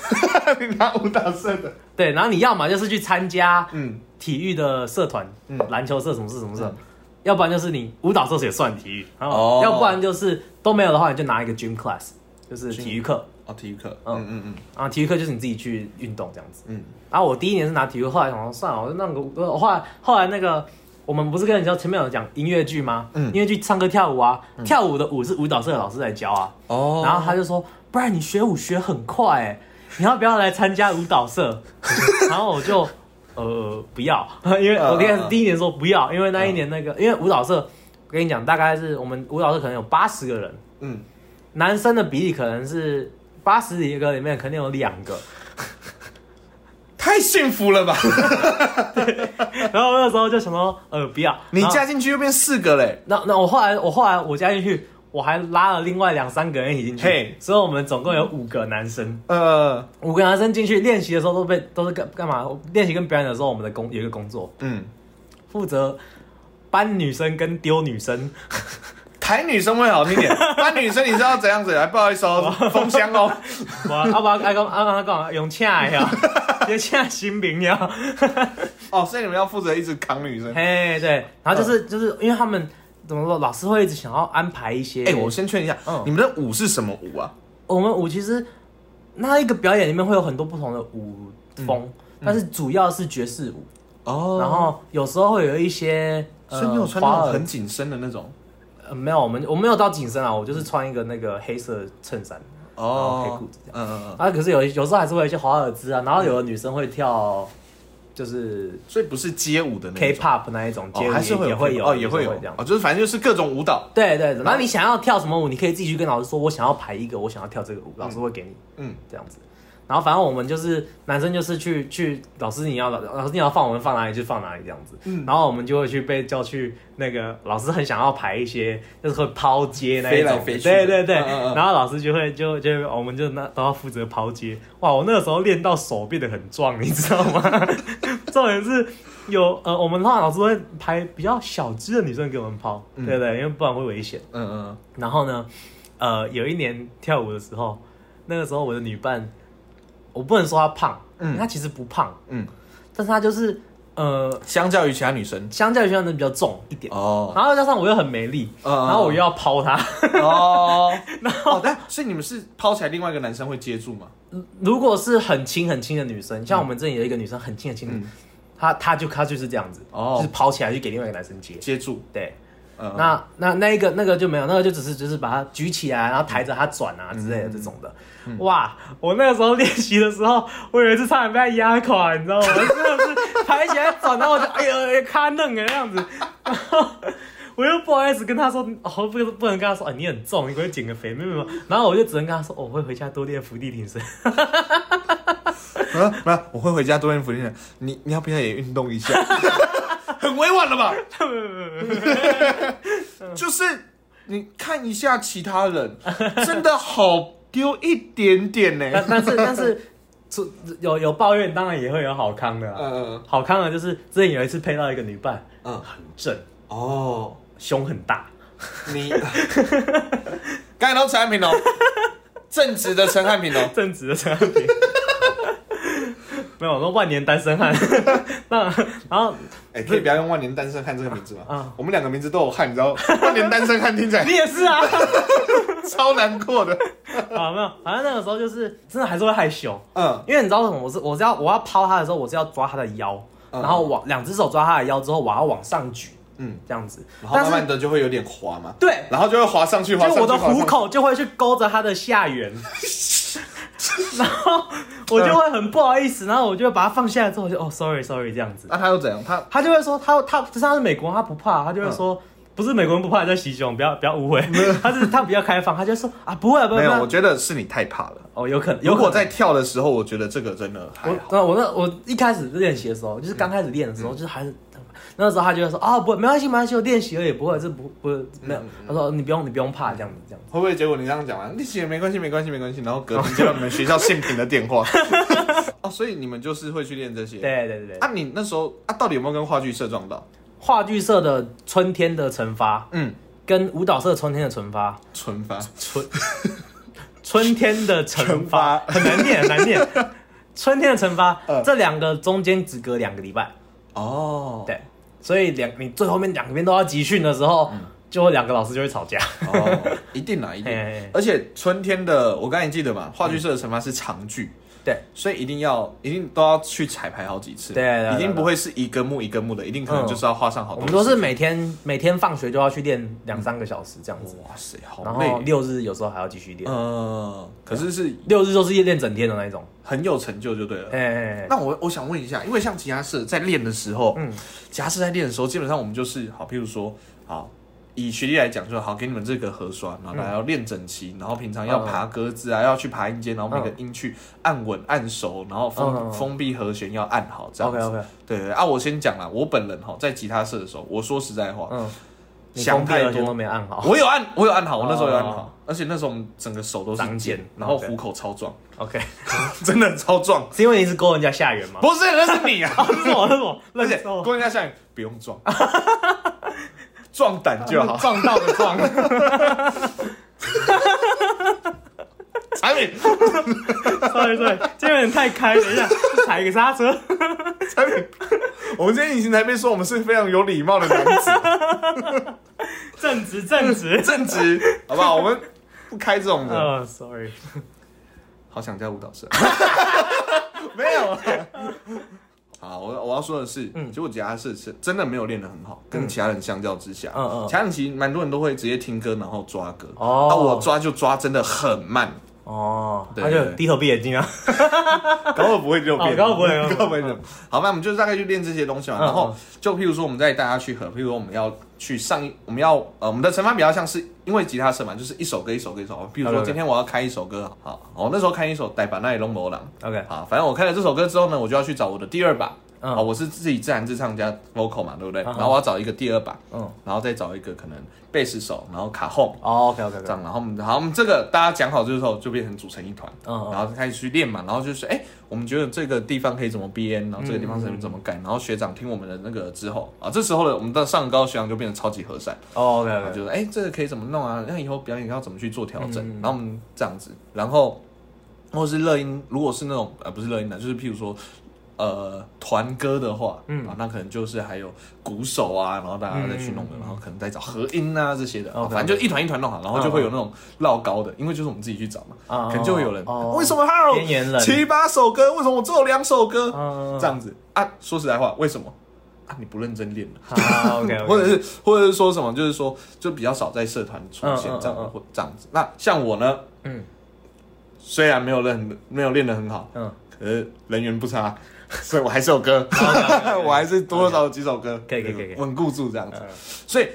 [SPEAKER 1] [laughs] 你拿武打社的，
[SPEAKER 2] 对，然后你要么就是去参加
[SPEAKER 1] 嗯，
[SPEAKER 2] 体育的社团，
[SPEAKER 1] 嗯
[SPEAKER 2] 篮球社什么社什么社，
[SPEAKER 1] 嗯
[SPEAKER 2] 要不然就是你舞蹈社也算体育，然
[SPEAKER 1] 哦
[SPEAKER 2] 后要不然就是都没有的话，你就拿一个 gym class，就是体育课，
[SPEAKER 1] 哦，体育课，
[SPEAKER 2] 嗯
[SPEAKER 1] 嗯嗯
[SPEAKER 2] 啊，体育课就是你自己去运动这样子。
[SPEAKER 1] 嗯
[SPEAKER 2] 然后我第一年是拿体育，后来想说算了，我就那个，后来后来那个我们不是跟你说前面有讲音乐剧吗？
[SPEAKER 1] 嗯
[SPEAKER 2] 音乐剧唱歌跳舞啊，跳舞的舞是舞蹈社的老师在教啊。
[SPEAKER 1] 嗯，哦
[SPEAKER 2] 然后他就说，不然你学舞学很快、欸，你要不要来参加舞蹈社？ [laughs] 然后我就呃不要， [laughs] 因为我
[SPEAKER 1] 嗯
[SPEAKER 2] 刚开始
[SPEAKER 1] 嗯
[SPEAKER 2] 第一年说不要，因为那一年那个因为舞蹈社，我跟你讲，大概是我们舞蹈社可能有八十个人，
[SPEAKER 1] 嗯，
[SPEAKER 2] 男生的比例可能是八十几个里面肯定有两个。 [laughs]
[SPEAKER 1] 太幸福了吧？
[SPEAKER 2] 然后那时候就想说，呃，不要。
[SPEAKER 1] 你
[SPEAKER 2] 然后
[SPEAKER 1] 加进去又变四个嘞，
[SPEAKER 2] 那那我后来我后来我加进去，我还拉了另外两三个人一起进去，
[SPEAKER 1] 嘿
[SPEAKER 2] 所以我们总共有五个男生。
[SPEAKER 1] 呃，
[SPEAKER 2] 五个男生进去练习的时候都被都是干干嘛？练习跟表演的时候，我们的工有一个工作，
[SPEAKER 1] 嗯，
[SPEAKER 2] 负责搬女生跟丢
[SPEAKER 1] [laughs]
[SPEAKER 2] 女生。
[SPEAKER 1] 抬女生会好听
[SPEAKER 2] [laughs]
[SPEAKER 1] 点，搬女生你知道怎样子？来，不好意思哦，封箱哦，
[SPEAKER 2] 哇，阿爸阿公阿公阿
[SPEAKER 1] [laughs]
[SPEAKER 2] 公用请的呀，用请新兵呀。
[SPEAKER 1] 哦，所以你们要负责一直扛女生。
[SPEAKER 2] 嘿，对，然后就是、
[SPEAKER 1] 嗯
[SPEAKER 2] 就是因为他们怎么说，老师会一直想要安排一些。
[SPEAKER 1] 哎、我先劝一下，
[SPEAKER 2] 嗯
[SPEAKER 1] 你们的舞是什么舞啊？
[SPEAKER 2] 我们舞其实那一个表演里面会有很多不同的舞风，但是主要是爵士舞，
[SPEAKER 1] 嗯哦
[SPEAKER 2] 然后有时候会有一些。呃
[SPEAKER 1] 所以你有穿那
[SPEAKER 2] 华
[SPEAKER 1] 种
[SPEAKER 2] 尔
[SPEAKER 1] 很紧身的那种
[SPEAKER 2] 呃，没有，我们我没有到紧身啊，我就是穿一个那个黑色衬衫然后
[SPEAKER 1] 哦
[SPEAKER 2] 配裤子这
[SPEAKER 1] 嗯嗯嗯，
[SPEAKER 2] 啊。可是有有时候还是会有一些华尔兹啊，然后有的女生会跳，就是
[SPEAKER 1] 所以不是街舞的那种
[SPEAKER 2] K-pop 那一种，街舞
[SPEAKER 1] 哦，还是
[SPEAKER 2] 也
[SPEAKER 1] 会
[SPEAKER 2] 也
[SPEAKER 1] 有
[SPEAKER 2] 会有
[SPEAKER 1] 哦，也
[SPEAKER 2] 会
[SPEAKER 1] 会有
[SPEAKER 2] 这样
[SPEAKER 1] 哦，。就是反正就是各种舞蹈，
[SPEAKER 2] 对对，然后你想要跳什么舞，你可以自己去跟老师说，我想要排一个，我想要跳这个舞，老师会给你
[SPEAKER 1] 嗯
[SPEAKER 2] 这样子。然后反正我们就是男生，就是去去老师你要老老师你要放我们放哪里就放哪里这样子。
[SPEAKER 1] 嗯
[SPEAKER 2] 然后我们就会去被叫去那个老师很想要排一些就是会抛接那一种
[SPEAKER 1] 飞来
[SPEAKER 2] 的，
[SPEAKER 1] 飞去的
[SPEAKER 2] 对对对。
[SPEAKER 1] 嗯嗯嗯
[SPEAKER 2] 然后老师就会就就我们就那都要负责抛接。哇，我那个时候练到手变得很壮，你知道吗？ [laughs] 重点是有呃，我们的话老师会排比较小只的女生给我们抛，
[SPEAKER 1] 嗯
[SPEAKER 2] 对对，因为不然会危险。
[SPEAKER 1] 嗯嗯，
[SPEAKER 2] 然后呢，呃，有一年跳舞的时候，那个时候我的女伴，我不能说她胖，
[SPEAKER 1] 嗯
[SPEAKER 2] 她其实不胖，
[SPEAKER 1] 嗯，
[SPEAKER 2] 但是她就是呃，
[SPEAKER 1] 相较于其他女生
[SPEAKER 2] 相较于其他人比较重一点，
[SPEAKER 1] 哦，嗯
[SPEAKER 2] 然后加上我又很没力，
[SPEAKER 1] 然
[SPEAKER 2] 然后我又要抛她。
[SPEAKER 1] [laughs]
[SPEAKER 2] [laughs]
[SPEAKER 1] 哦， [laughs] 然后但所以你们是抛起来，另外一个男生会接住吗？
[SPEAKER 2] 如果是很轻很轻的女生，像我们这里有一个女生很轻很轻的
[SPEAKER 1] 嗯，
[SPEAKER 2] 她她就她就是这样子，
[SPEAKER 1] 哦
[SPEAKER 2] 就是抛起来去给另外一个男生接，
[SPEAKER 1] 接住，
[SPEAKER 2] 对。
[SPEAKER 1] 嗯，
[SPEAKER 2] 那那那一个那个就没有，那个就只是就是把它举起来，然后抬着它转
[SPEAKER 1] 嗯
[SPEAKER 2] 啊之类的这种的。哇！我那个时候练习的时候，我有一次差点被它压垮，你知道吗？真的是抬起来转，然后我就哎呦哎呦卡嫩的那样子， [laughs] 然后我又不好意思跟他说，哦不不能跟他说，哎你很重，你给我减个肥，没有没有。然后我就只能跟他说，哦我会回家多练伏地挺身。 [laughs]
[SPEAKER 1] 嗯没有，我会回家多练福利人，你你要不要也运动一下？ [laughs] 很委婉了 [laughs] 吧？就是你看一下其他人，真的好丢一点点呢。 [laughs]
[SPEAKER 2] 但但是但是， [laughs] 出有有抱怨，当然也会有好康的、啊。
[SPEAKER 1] 嗯
[SPEAKER 2] 好康的就是之前有一次配到一个女伴，
[SPEAKER 1] 嗯
[SPEAKER 2] 很正，
[SPEAKER 1] 哦，
[SPEAKER 2] 胸很大。
[SPEAKER 1] 你刚才都陈汉平哦，正直的陈汉平哦，
[SPEAKER 2] 正直的陈汉平。没有，我说万年单身汉。 [laughs] 那然后
[SPEAKER 1] 哎，可以不要用万年单身汉这个名字吗？
[SPEAKER 2] 啊
[SPEAKER 1] 我们两个名字都有汉，你知道，万年单身汉听起来
[SPEAKER 2] 你也是啊，
[SPEAKER 1] 超难过 [laughs] 的。
[SPEAKER 2] 啊没有，反正那个时候就是真的还是会害羞，
[SPEAKER 1] 嗯，
[SPEAKER 2] 因为你知道为什么？我是我是要我要抛他的时候，我是要抓他的腰，
[SPEAKER 1] 嗯
[SPEAKER 2] 然后往两只手抓他的腰之后，我要往上举，
[SPEAKER 1] 嗯
[SPEAKER 2] 嗯，这样子。
[SPEAKER 1] 然后
[SPEAKER 2] 但
[SPEAKER 1] 慢
[SPEAKER 2] 是
[SPEAKER 1] 慢的就会有点滑嘛，
[SPEAKER 2] 对，
[SPEAKER 1] 然后就会滑上去，滑上
[SPEAKER 2] 就
[SPEAKER 1] 去，
[SPEAKER 2] 我的
[SPEAKER 1] 滑上去
[SPEAKER 2] 虎。口就会去勾着他的
[SPEAKER 1] [laughs]
[SPEAKER 2] 下缘，然后我就会很不好意思，然后我就会把他放下来之后，我就哦，sorry sorry 这样子。
[SPEAKER 1] 啊那他又怎样？他
[SPEAKER 2] 他就会说他他只是他是美国人，他不怕，他就会说、
[SPEAKER 1] 嗯
[SPEAKER 2] 不是美国人不怕，叫袭胸，不要不要误会， [laughs] 他是他比较开放，他就说啊不会不会
[SPEAKER 1] 没
[SPEAKER 2] 不
[SPEAKER 1] 有，
[SPEAKER 2] 会
[SPEAKER 1] 我觉得是你太怕了。
[SPEAKER 2] 哦有可能有
[SPEAKER 1] 如
[SPEAKER 2] 可
[SPEAKER 1] 果
[SPEAKER 2] 能
[SPEAKER 1] 在跳的时候，我觉得这个真的还
[SPEAKER 2] 我
[SPEAKER 1] 好。嗯
[SPEAKER 2] 那我那我一开始练习的时候，就是刚开始练的时候，就是还是那时候他就会说啊，不，没关系，没关系，我练习了也不会，这不不
[SPEAKER 1] 嗯
[SPEAKER 2] 没有。他说你不用，你不用怕这样子这样子。
[SPEAKER 1] 会不会结果你这样讲完，你写没关系，没关系，没关系，然后隔天接到你们学校性平的电 [laughs] 话？哦，所以你们就是会去练这些。。
[SPEAKER 2] 对对对对，
[SPEAKER 1] 啊，你那时候啊，到底有没有跟话剧社撞到？
[SPEAKER 2] 话剧社的春天的惩罚
[SPEAKER 1] 嗯，
[SPEAKER 2] 跟舞蹈社的春天的惩罚，
[SPEAKER 1] 纯发。
[SPEAKER 2] 春春天的惩
[SPEAKER 1] 惩
[SPEAKER 2] 罚
[SPEAKER 1] 罚
[SPEAKER 2] 很难念，很难 [laughs] 念。春天的惩罚，
[SPEAKER 1] 嗯
[SPEAKER 2] 这两个中间只隔两个礼拜，
[SPEAKER 1] 哦。
[SPEAKER 2] 对，所以两你最后面两边都要集训的时候，就会两个老师就会吵架。
[SPEAKER 1] 哦，一定啦，一定
[SPEAKER 2] 嘿嘿嘿。
[SPEAKER 1] 而且春天的，我刚才记得嘛，话剧社的惩罚是长剧，
[SPEAKER 2] 对，
[SPEAKER 1] 所以一定要一定都要去彩排好几次，
[SPEAKER 2] 对对对
[SPEAKER 1] 一定不会是一个幕一个幕的，一定可能就是要画上好多。
[SPEAKER 2] 我们都是每天每天放学就要去练两三个小时这样子，
[SPEAKER 1] 哇塞，
[SPEAKER 2] 然
[SPEAKER 1] 好
[SPEAKER 2] 后
[SPEAKER 1] 累。
[SPEAKER 2] 六日有时候还要继续练，
[SPEAKER 1] 呃，可是是
[SPEAKER 2] 六日就是练整天的那一种。
[SPEAKER 1] 很有成就就对了。
[SPEAKER 2] 哎，
[SPEAKER 1] 那我我想问一下，因为像吉他社在练的时候，
[SPEAKER 2] 嗯
[SPEAKER 1] 嗯，吉他社在练的时候，基本上我们就是好，譬如说，好，以学历来讲，就好，给你们这个核酸，然后
[SPEAKER 2] 嗯
[SPEAKER 1] 大家要练整齐，然后平常要爬格子啊，要去爬音阶，然后每个音去按稳按熟，然后封、
[SPEAKER 2] 嗯嗯嗯嗯
[SPEAKER 1] 封闭和弦要按好，这样
[SPEAKER 2] OK
[SPEAKER 1] 子。
[SPEAKER 2] OK，
[SPEAKER 1] 对对对啊，我先讲啦，我本人哈在吉他社的时候，我说实在话，
[SPEAKER 2] 嗯，你
[SPEAKER 1] 想
[SPEAKER 2] 封闭
[SPEAKER 1] 太
[SPEAKER 2] 和弦
[SPEAKER 1] 多
[SPEAKER 2] 都没按
[SPEAKER 1] [laughs]
[SPEAKER 2] 好。
[SPEAKER 1] 我有按，我有按好，我那时候有按好，
[SPEAKER 2] 哦
[SPEAKER 1] 而且那时候我们整个手都
[SPEAKER 2] 长
[SPEAKER 1] 是茧
[SPEAKER 2] 茧，
[SPEAKER 1] 然后
[SPEAKER 2] OK
[SPEAKER 1] 虎口超壮， [laughs]
[SPEAKER 2] OK，
[SPEAKER 1] 真的超壮。
[SPEAKER 2] 是因为你是勾人家下缘吗？
[SPEAKER 1] 不是，那是你啊！
[SPEAKER 2] [laughs] 不是我，是我，
[SPEAKER 1] 而
[SPEAKER 2] [laughs] 那
[SPEAKER 1] 且
[SPEAKER 2] 是我。
[SPEAKER 1] 公人家下雨不用撞，壮胆就好。
[SPEAKER 2] 撞到的撞，
[SPEAKER 1] [laughs] 产品
[SPEAKER 2] 对对，这有点太开了，等一下踩个刹车。 [laughs]
[SPEAKER 1] 产品，我们今天已经才被说我们是非常有礼貌的男子，
[SPEAKER 2] 正直 [laughs] 正直。
[SPEAKER 1] 正直，好不好？我们不开这种的。
[SPEAKER 2] 呃、s o r r y
[SPEAKER 1] 好想加舞蹈
[SPEAKER 2] [laughs]
[SPEAKER 1] 社，没有啊。好，我我要说的是，
[SPEAKER 2] 嗯
[SPEAKER 1] 结果其他事是真的没有练得很好，跟其他人相较之下，
[SPEAKER 2] 嗯嗯
[SPEAKER 1] 其他人其实蛮多人都会直接听歌然后抓歌，
[SPEAKER 2] 哦
[SPEAKER 1] 啊，我抓就抓真的很慢，
[SPEAKER 2] 哦，
[SPEAKER 1] 对
[SPEAKER 2] 他就低头闭眼睛啊。
[SPEAKER 1] 高二不会就
[SPEAKER 2] 哦
[SPEAKER 1] 变，
[SPEAKER 2] 高二不会
[SPEAKER 1] 高二不会就。好吧，我们就大概去练这些东西嘛。
[SPEAKER 2] 嗯
[SPEAKER 1] 然后就譬如说，我们带大家去合，譬如说我们要去上一，我们要呃，我们的惩罚比较像是因为吉他社嘛，就是一首歌一首歌一首歌。譬如
[SPEAKER 2] 对
[SPEAKER 1] 说
[SPEAKER 2] 对对
[SPEAKER 1] 今天我要开一首歌，好，我那时候开一首《代把那龙某郎》
[SPEAKER 2] OK，
[SPEAKER 1] 好，反正我开了这首歌之后呢，我就要去找我的第二把。
[SPEAKER 2] 嗯
[SPEAKER 1] 啊，我是自己自弹自唱加 vocal 嘛，对不对？
[SPEAKER 2] 嗯
[SPEAKER 1] 然
[SPEAKER 2] 嗯
[SPEAKER 1] 后我要找一个第二把，
[SPEAKER 2] 嗯
[SPEAKER 1] 然后再找一个可能贝斯手，然后卡 home
[SPEAKER 2] 哦，OK OK
[SPEAKER 1] 这
[SPEAKER 2] OK，
[SPEAKER 1] 样，然后我们好，我们这个大家讲好之后就变成组成一团。
[SPEAKER 2] 嗯
[SPEAKER 1] 然后开始去练嘛，然后就是哎、我们觉得这个地方可以怎么编，然后这个地方怎么怎么
[SPEAKER 2] 嗯
[SPEAKER 1] 改，然后学长听我们的那个之后啊，这时候呢，我们的上高学长就变得超级和善，
[SPEAKER 2] 哦，OK
[SPEAKER 1] 然后
[SPEAKER 2] OK，
[SPEAKER 1] 就是哎、这个可以怎么弄啊？那以后表演要怎么去做调整？
[SPEAKER 2] 嗯
[SPEAKER 1] 然后我们这样子，然后或是乐音，如果是那种呃不是乐音的，就是譬如说。呃，团歌的话，嗯啊，那可能就是还有鼓手啊，然后大家再去
[SPEAKER 2] 嗯
[SPEAKER 1] 弄的，然后可能再找和音啊这些的，
[SPEAKER 2] OK，OK
[SPEAKER 1] 反正就一团一团弄好，然后就会有那种绕高的，因为就是我们自己去找嘛，
[SPEAKER 2] 啊
[SPEAKER 1] 可能就会有人，
[SPEAKER 2] 哦
[SPEAKER 1] 为什么还有
[SPEAKER 2] 边缘人
[SPEAKER 1] 七八首歌，为什么我只有两首歌？
[SPEAKER 2] 嗯
[SPEAKER 1] 这样子啊，说实在话，为什么啊？你不认真练了。
[SPEAKER 2] 好，OK，
[SPEAKER 1] [laughs] 或者是或者是说什么，就是说就比较少在社团出现
[SPEAKER 2] 嗯嗯
[SPEAKER 1] 这样
[SPEAKER 2] 嗯嗯
[SPEAKER 1] 的或这样子。那像我呢，
[SPEAKER 2] 嗯
[SPEAKER 1] 虽然没有练没有练得很好，
[SPEAKER 2] 嗯，
[SPEAKER 1] 可是人缘不差，所以我还是有歌， [laughs] 我还是多多少少有几首歌，
[SPEAKER 2] 可以可以可以可以
[SPEAKER 1] 稳固住这样子
[SPEAKER 2] 嗯。
[SPEAKER 1] 所以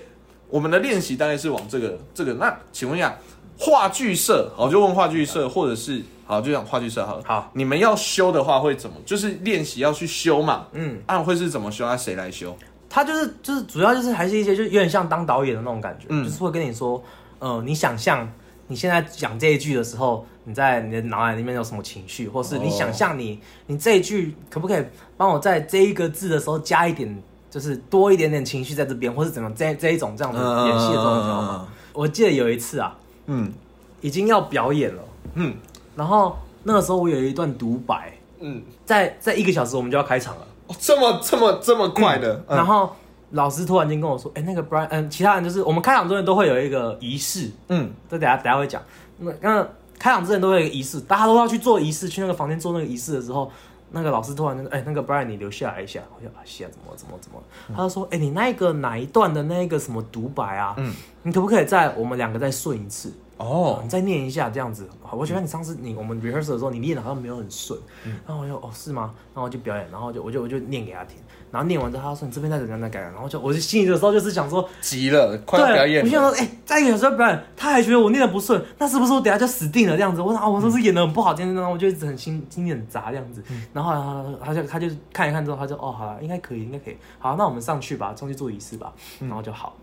[SPEAKER 1] 我们的练习大概是往这个这个。那请问一下，话剧社，好，就问话剧社，或者是好，就讲话剧社好了。
[SPEAKER 2] 好，
[SPEAKER 1] 你们要修的话会怎么？就是练习要去修嘛。
[SPEAKER 2] 嗯，
[SPEAKER 1] 啊，会是怎么修？啊，谁来修？
[SPEAKER 2] 他就是就是主要就是还是一些就有点像当导演的那种感觉，
[SPEAKER 1] 嗯
[SPEAKER 2] 就是会跟你说，呃，你想象你现在讲这一句的时候，你在你的脑海里面有什么情绪，或是你
[SPEAKER 1] 哦
[SPEAKER 2] 想象你、你这一句可不可以帮我在这一个字的时候加一点，就是多一点点情绪在这边，或是怎么这这一种这样子演戏的这种方法。我记得有一次啊，
[SPEAKER 1] 嗯
[SPEAKER 2] 已经要表演了，
[SPEAKER 1] 嗯
[SPEAKER 2] 然后那个时候我有一段独白，
[SPEAKER 1] 嗯，
[SPEAKER 2] 在在一个小时我们就要开场了。
[SPEAKER 1] 哦这么这么这么快的，嗯
[SPEAKER 2] 然后老师突然间跟我说：“哎、那个 Brian，嗯，其他人就是我们开场之前都会有一个仪式，
[SPEAKER 1] 嗯
[SPEAKER 2] 这等下等下会讲。那那开场之前都会有一个仪式，大家都要去做仪式，去那个房间做那个仪式的时候，那个老师突然间说：‘哎、那个 Brian，你留下来一下。’我就啊，是啊，怎么了怎么了怎么了？
[SPEAKER 1] 嗯
[SPEAKER 2] 他就说：‘哎、你那一个哪一段的那一个什么独白啊，
[SPEAKER 1] 嗯
[SPEAKER 2] 你可不可以在我们两个再顺一次？’
[SPEAKER 1] 嗯哦
[SPEAKER 2] 你，再念一下这样子。
[SPEAKER 1] 嗯
[SPEAKER 2] 我觉得你上次你我们 rehearsal 的时候，你念的好像没有很顺，然后我就哦是吗？然后我就表演，然后就我就我就念给他听，然后念完之后他说你这边再怎样再改，然后就我就心里的时候就是想说，
[SPEAKER 1] 急了，快要
[SPEAKER 2] 对
[SPEAKER 1] 表演
[SPEAKER 2] 我就想
[SPEAKER 1] 了。
[SPEAKER 2] 说，哎、再一个小时要表演，他还觉得我念的不顺，那是不是我等一下就死定了这样子？我想啊，我是不是演的很不好？这样子，然后我就一直很心心里很杂这样子。
[SPEAKER 1] 嗯
[SPEAKER 2] 然后啊他就他就看一看之后，他就哦，好了，应该可以，应该可以。好，那我们上去吧，上去做仪式吧。
[SPEAKER 1] 嗯
[SPEAKER 2] 然后就好，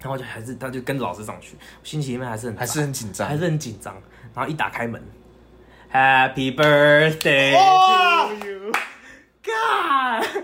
[SPEAKER 2] 然后就还是他就跟着老师上去，心情里面还是很杂
[SPEAKER 1] 还是很紧张
[SPEAKER 2] 还是很紧张。然后一打开门，Happy Birthday！
[SPEAKER 1] 哇
[SPEAKER 2] to you God，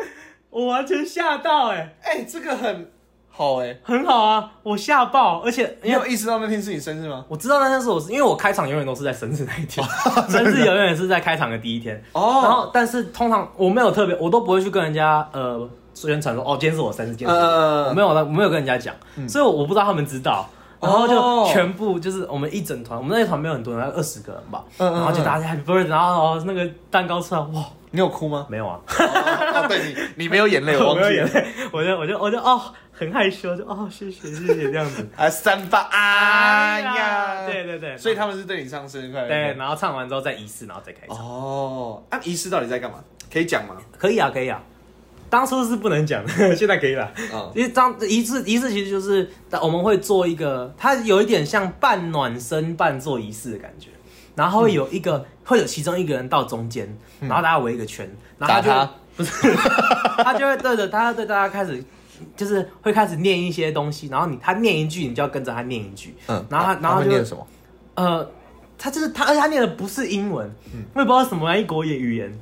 [SPEAKER 2] 我 [laughs] 完全吓到哎、
[SPEAKER 1] 哎、这个很好哎、
[SPEAKER 2] 很好啊，我吓爆，而且
[SPEAKER 1] 你
[SPEAKER 2] 因为
[SPEAKER 1] 有意识到那天是你生日吗？
[SPEAKER 2] 我知道那天是我是因为我开场永远都是在生日那一天， [laughs] 生日永远是在开场的第一天。
[SPEAKER 1] 哦
[SPEAKER 2] 然后但是通常我没有特别，我都不会去跟人家呃宣传说哦，今天是我生日，今天是我生日
[SPEAKER 1] 呃
[SPEAKER 2] 我没有，我没有跟人家讲，所以我不知道他们知道。然后
[SPEAKER 1] 嗯哦
[SPEAKER 2] 就全部就是我们一整团，我们那一团没有很多人，二十个人吧。
[SPEAKER 1] 嗯嗯
[SPEAKER 2] 然后就大家 Happy Birthday，然后哦那个蛋糕出来，哇，
[SPEAKER 1] 你有哭
[SPEAKER 2] [laughs]
[SPEAKER 1] 吗？
[SPEAKER 2] 没有啊，
[SPEAKER 1] 哦，对你，你没有眼泪， [laughs] 我
[SPEAKER 2] [laughs] 我
[SPEAKER 1] 忘
[SPEAKER 2] 没有
[SPEAKER 1] 记
[SPEAKER 2] 眼
[SPEAKER 1] 了。
[SPEAKER 2] 泪，我就我就我就哦，很害羞，就哦，谢谢谢
[SPEAKER 1] [laughs]
[SPEAKER 2] 谢这样子。哎
[SPEAKER 1] 啊，三八啊呀，
[SPEAKER 2] 对对对，
[SPEAKER 1] 所以他们是对你唱生日快乐。
[SPEAKER 2] 对，然后唱完之后再仪式，然后再开始。
[SPEAKER 1] 哦，那、仪式到底在干嘛？可以
[SPEAKER 2] [laughs]
[SPEAKER 1] 讲吗？
[SPEAKER 2] 可以啊，可以啊。当初是不能讲， [laughs] 现在可以了。
[SPEAKER 1] 嗯
[SPEAKER 2] 因为当一次仪式其实就是我们会做一个，它有一点像半暖身半做仪式的感觉，然后会有一
[SPEAKER 1] 嗯
[SPEAKER 2] 个、会有其中一个人到中间，然后大家围一个圈，然后
[SPEAKER 1] 打
[SPEAKER 2] 他
[SPEAKER 1] 他
[SPEAKER 2] 就不是，他就会对着他对大家开始。就是会开始念一些东西，然后你他念一句，你就要跟着他念一句，嗯，然后他然后
[SPEAKER 1] 会
[SPEAKER 2] 就
[SPEAKER 1] 念什么？
[SPEAKER 2] 呃，他就是他，而且他念的不是英文，
[SPEAKER 1] 嗯
[SPEAKER 2] 我也不知道什么异国语言，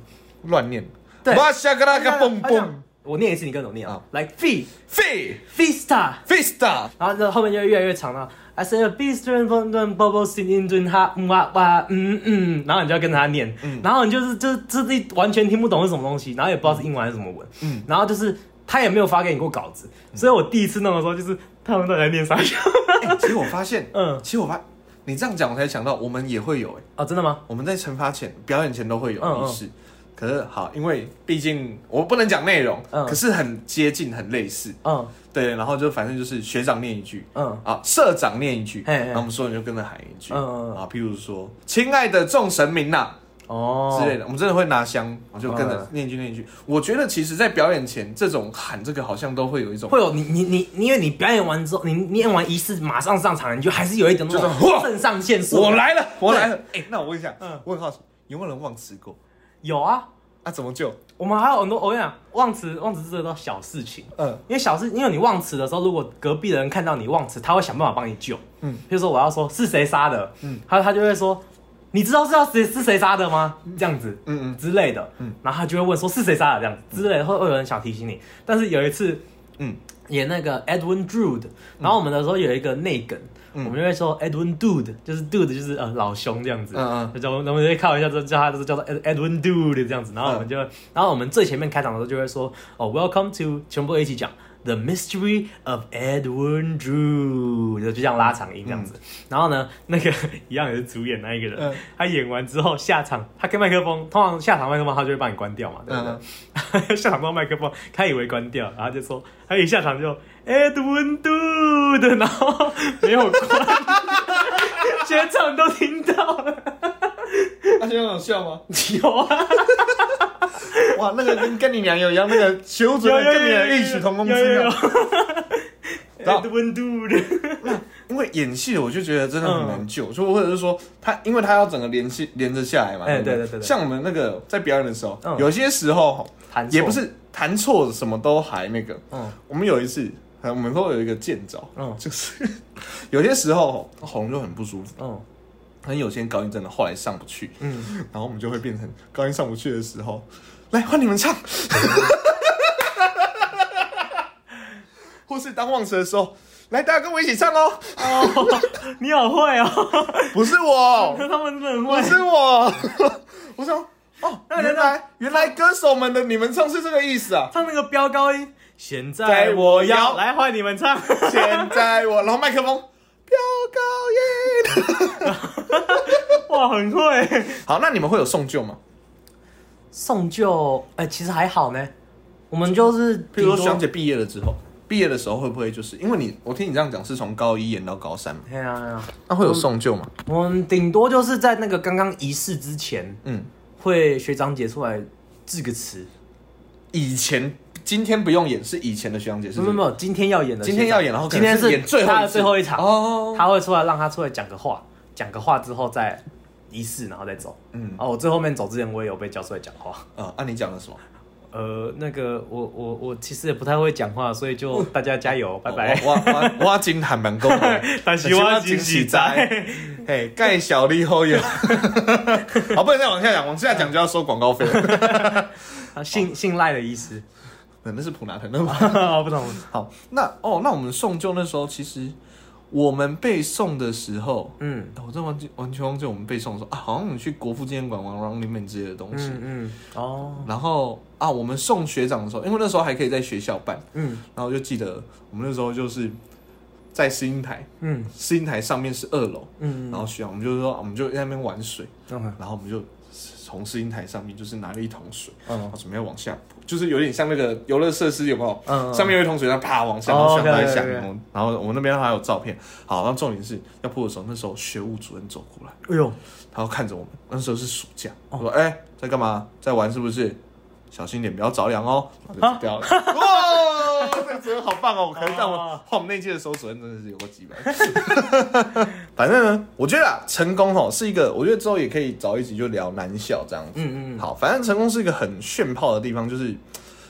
[SPEAKER 1] 乱念。
[SPEAKER 2] 对
[SPEAKER 1] 马夏格拉嘎蹦哦
[SPEAKER 2] 他讲
[SPEAKER 1] 蹦，
[SPEAKER 2] 我念一次，你跟着我念啊
[SPEAKER 1] 好。
[SPEAKER 2] 来 fee
[SPEAKER 1] 飞
[SPEAKER 2] fista，
[SPEAKER 1] Vista，
[SPEAKER 2] 然后这后面就越来越长了。I say a beast and b u b b bubble sing in d o n ha 嗯哇哇嗯嗯，然后你就要跟着他念，
[SPEAKER 1] 嗯
[SPEAKER 2] 然后你就是就是就是一完全听不懂是什么东西，然后也不知道是英文还是什么文，
[SPEAKER 1] 嗯
[SPEAKER 2] 然后就是他也没有发给你过稿子，所以我第一次弄的时候就是他们都在
[SPEAKER 1] [laughs]
[SPEAKER 2] 念
[SPEAKER 1] [laughs]
[SPEAKER 2] 啥？
[SPEAKER 1] 哎其实我发现，嗯
[SPEAKER 2] 嗯，
[SPEAKER 1] 其实我发，你这样讲我才想到，我们也会有哎、
[SPEAKER 2] 哦，真的吗？
[SPEAKER 1] 我们在惩罚前、表演前都会
[SPEAKER 2] 嗯
[SPEAKER 1] 有
[SPEAKER 2] 嗯
[SPEAKER 1] 仪式。可是好，因为毕竟我不能讲内容，
[SPEAKER 2] 嗯
[SPEAKER 1] 可是很接近、很类似。
[SPEAKER 2] 嗯
[SPEAKER 1] 对，然后就反正就是学长念一句，
[SPEAKER 2] 嗯
[SPEAKER 1] 啊，社长念一句，
[SPEAKER 2] 嘿嘿
[SPEAKER 1] 然后我们所有人就跟着喊一句，
[SPEAKER 2] 嗯嗯嗯
[SPEAKER 1] 啊，譬如说“亲爱的众神明呐、
[SPEAKER 2] 哦
[SPEAKER 1] 之类的，我们真的会拿香，我就跟着
[SPEAKER 2] 嗯
[SPEAKER 1] 念一句念一句。我觉得其实，在表演前，这种喊这个好像都会有一种
[SPEAKER 2] 会有你你你，因为你表演完之后，你念完仪式马上上场，你就还是有一点那
[SPEAKER 1] 就是哇
[SPEAKER 2] 种肾上腺素。
[SPEAKER 1] 我来了，我来了。哎、那我问一下，
[SPEAKER 2] 嗯
[SPEAKER 1] 我很好奇，有没有人忘词过？
[SPEAKER 2] 有啊，
[SPEAKER 1] 啊，怎么救？
[SPEAKER 2] 我们还有很多，我跟你讲，忘词忘词这都小事情，
[SPEAKER 1] 嗯，
[SPEAKER 2] 因为小事，因为你忘词的时候，如果隔壁的人看到你忘词，他会想办法帮你救。
[SPEAKER 1] 嗯
[SPEAKER 2] 嗯，比如说我要说是谁杀的，
[SPEAKER 1] 嗯
[SPEAKER 2] 嗯，他他就会说，你知道是要谁是谁杀的吗？这样子，
[SPEAKER 1] 嗯
[SPEAKER 2] 嗯
[SPEAKER 1] 嗯
[SPEAKER 2] 嗯之类的，
[SPEAKER 1] 嗯
[SPEAKER 2] 嗯，然后他就会问说是谁杀的这样子之类的，会会有人想提醒你。但是有一次，
[SPEAKER 1] 嗯
[SPEAKER 2] 嗯，演那个 Edwin Drood，然后我们那时候有一个内梗。
[SPEAKER 1] 嗯
[SPEAKER 2] 我们就会说 Edwin Dude，就是 Dude 就是呃老兄这样子，
[SPEAKER 1] 嗯嗯
[SPEAKER 2] 嗯嗯，就我们我们就会开玩笑说叫他就是叫做 Ed- Edwin Dude 这样子，然后我们就，然后我们最前面开场的时候就会说哦 Welcome to，全部都一起讲 The Mystery of Edwin Dude，就这样拉长音这样子，然后呢那个一样也是主演那一个人，
[SPEAKER 1] 嗯
[SPEAKER 2] 他演完之后下场，他跟麦克风，通常下场麦克风他就会帮你关掉嘛，对不对？ [laughs] 下场到麦克风，他以为关掉，然后就说，他一下场就 Edwin Dude，然后没有关， [laughs] 全场都听到了，嗯
[SPEAKER 1] 他现在有笑吗？
[SPEAKER 2] 有啊。
[SPEAKER 1] [laughs] 哇，那个跟跟你娘有一样，那个学务主
[SPEAKER 2] [laughs]
[SPEAKER 1] 任跟你的异曲同工之妙。然后
[SPEAKER 2] Edwin Dude，
[SPEAKER 1] 因为演戏，我就觉得真的很
[SPEAKER 2] 嗯
[SPEAKER 1] 难救，就、或者是说他，因为他要整个连系连着下来嘛。
[SPEAKER 2] 哎
[SPEAKER 1] 不
[SPEAKER 2] 对对对对
[SPEAKER 1] 像我们那个在表演的时候，
[SPEAKER 2] 嗯
[SPEAKER 1] 有些时候
[SPEAKER 2] 弹错
[SPEAKER 1] 也不是弹错什么都还那个。
[SPEAKER 2] 嗯
[SPEAKER 1] 我们有一次，呃我们会有一个见招，
[SPEAKER 2] 嗯
[SPEAKER 1] 就是 [laughs] 有些时候喉咙就很不舒服，
[SPEAKER 2] 嗯
[SPEAKER 1] 可能有些高音真的后来上不去，
[SPEAKER 2] 嗯，
[SPEAKER 1] 然后我们就会变成高音上不去的时候，来换你们唱，或是当忘词的时候，来大家跟我一起唱哦，
[SPEAKER 2] 哦，你好会哦，
[SPEAKER 1] 不是我，
[SPEAKER 2] 他们真的很
[SPEAKER 1] 不
[SPEAKER 2] 会。
[SPEAKER 1] 是我，我说哦，
[SPEAKER 2] 那
[SPEAKER 1] 原来原来歌手们的你们唱是这个意思啊。
[SPEAKER 2] 唱那个飙高音，现
[SPEAKER 1] 在
[SPEAKER 2] 在
[SPEAKER 1] 我
[SPEAKER 2] 我
[SPEAKER 1] 要
[SPEAKER 2] 要来换你们唱，
[SPEAKER 1] 现在我，然 [laughs] 后麦克风飙高音。
[SPEAKER 2] 哇，很会。
[SPEAKER 1] 好，那你们会有送旧吗？
[SPEAKER 2] 送旧，哎、其实还好呢。我们就是
[SPEAKER 1] 比如说学长姐毕业了之后，毕业的时候会不会就是因为你，我听你这样讲是从高一演到高三嘛？
[SPEAKER 2] 对啊，对啊
[SPEAKER 1] 那会有送旧吗？
[SPEAKER 2] 我们顶多就是在那个刚刚仪式之前，
[SPEAKER 1] 嗯，
[SPEAKER 2] 会学长姐出来致个词，
[SPEAKER 1] 以前今天不用演，是以前的学长姐是
[SPEAKER 2] 没
[SPEAKER 1] 不
[SPEAKER 2] 有
[SPEAKER 1] 是
[SPEAKER 2] 没有没有，今天要演的学
[SPEAKER 1] 今
[SPEAKER 2] 长，
[SPEAKER 1] 天要演，然后可
[SPEAKER 2] 今
[SPEAKER 1] 能
[SPEAKER 2] 天是
[SPEAKER 1] 演最后
[SPEAKER 2] 他的
[SPEAKER 1] 次
[SPEAKER 2] 最后一场，
[SPEAKER 1] 哦，
[SPEAKER 2] 他会出来让他出来讲个话，讲个话之后再仪式，然后再走。
[SPEAKER 1] 嗯
[SPEAKER 2] 哦，我最后面走之前，我也有被叫出来讲话。
[SPEAKER 1] 啊，那你讲了什么？
[SPEAKER 2] 呃，那个我我我其实也不太会讲话，所以就大家加油，拜拜。，
[SPEAKER 1] 哦我我我我真还蛮够的
[SPEAKER 2] [laughs] 但是我真是知。
[SPEAKER 1] 嘿，盖小丽后有， [laughs] 好，不能再往下讲，往下讲就要收广告费了。
[SPEAKER 2] [laughs]
[SPEAKER 1] [laughs]
[SPEAKER 2] 啊信信赖的意 [laughs] 思。
[SPEAKER 1] 那是普拿疼的吗？
[SPEAKER 2] 哦不懂，
[SPEAKER 1] 好，那哦，那我们送旧那时候，其实我们被送的时候，
[SPEAKER 2] 嗯
[SPEAKER 1] 我真忘记完全忘记我们被送的时候啊，好像你去国父纪念馆玩 Running Man 之类的东西。
[SPEAKER 2] 嗯嗯，哦，
[SPEAKER 1] 然后啊，我们送学长的时候，因为那时候还可以在学校办，
[SPEAKER 2] 嗯
[SPEAKER 1] 然后就记得我们那时候就是在试音台，
[SPEAKER 2] 嗯
[SPEAKER 1] 试音台上面是二楼，
[SPEAKER 2] 嗯
[SPEAKER 1] 然后学长我们就说，我们就在那边玩水，
[SPEAKER 2] 嗯
[SPEAKER 1] 然后我们就从试音台上面就是拿了一桶水，然
[SPEAKER 2] 嗯，
[SPEAKER 1] 后准备往下泼，就是有点像那个游乐设施有没有？
[SPEAKER 2] 嗯
[SPEAKER 1] 上面有一桶水，然后啪往下，
[SPEAKER 2] 哦
[SPEAKER 1] 然后下
[SPEAKER 2] OK，OK，OK
[SPEAKER 1] 来下，然后我们那边还有照片。好，然后重点是要泼的时候，那时候学务主任走过来，
[SPEAKER 2] 哎呦，
[SPEAKER 1] 他看着我们，那时候是暑假，我
[SPEAKER 2] 哦
[SPEAKER 1] 说：“哎、在干嘛？在玩是不是？小心点，不要着凉哦。”然后就走掉了。
[SPEAKER 2] [laughs]
[SPEAKER 1] 哇，这个主任好棒哦！我可能在我
[SPEAKER 2] 啊哦
[SPEAKER 1] 换我们那一届的时候，主任真的是有过几百。 [laughs]
[SPEAKER 2] [laughs]
[SPEAKER 1] 反正呢，我觉得啊，成功哦是一个，我觉得之后也可以找一集就聊男校这样子。
[SPEAKER 2] 嗯嗯，
[SPEAKER 1] 好，反正成功是一个很炫炮的地方，就是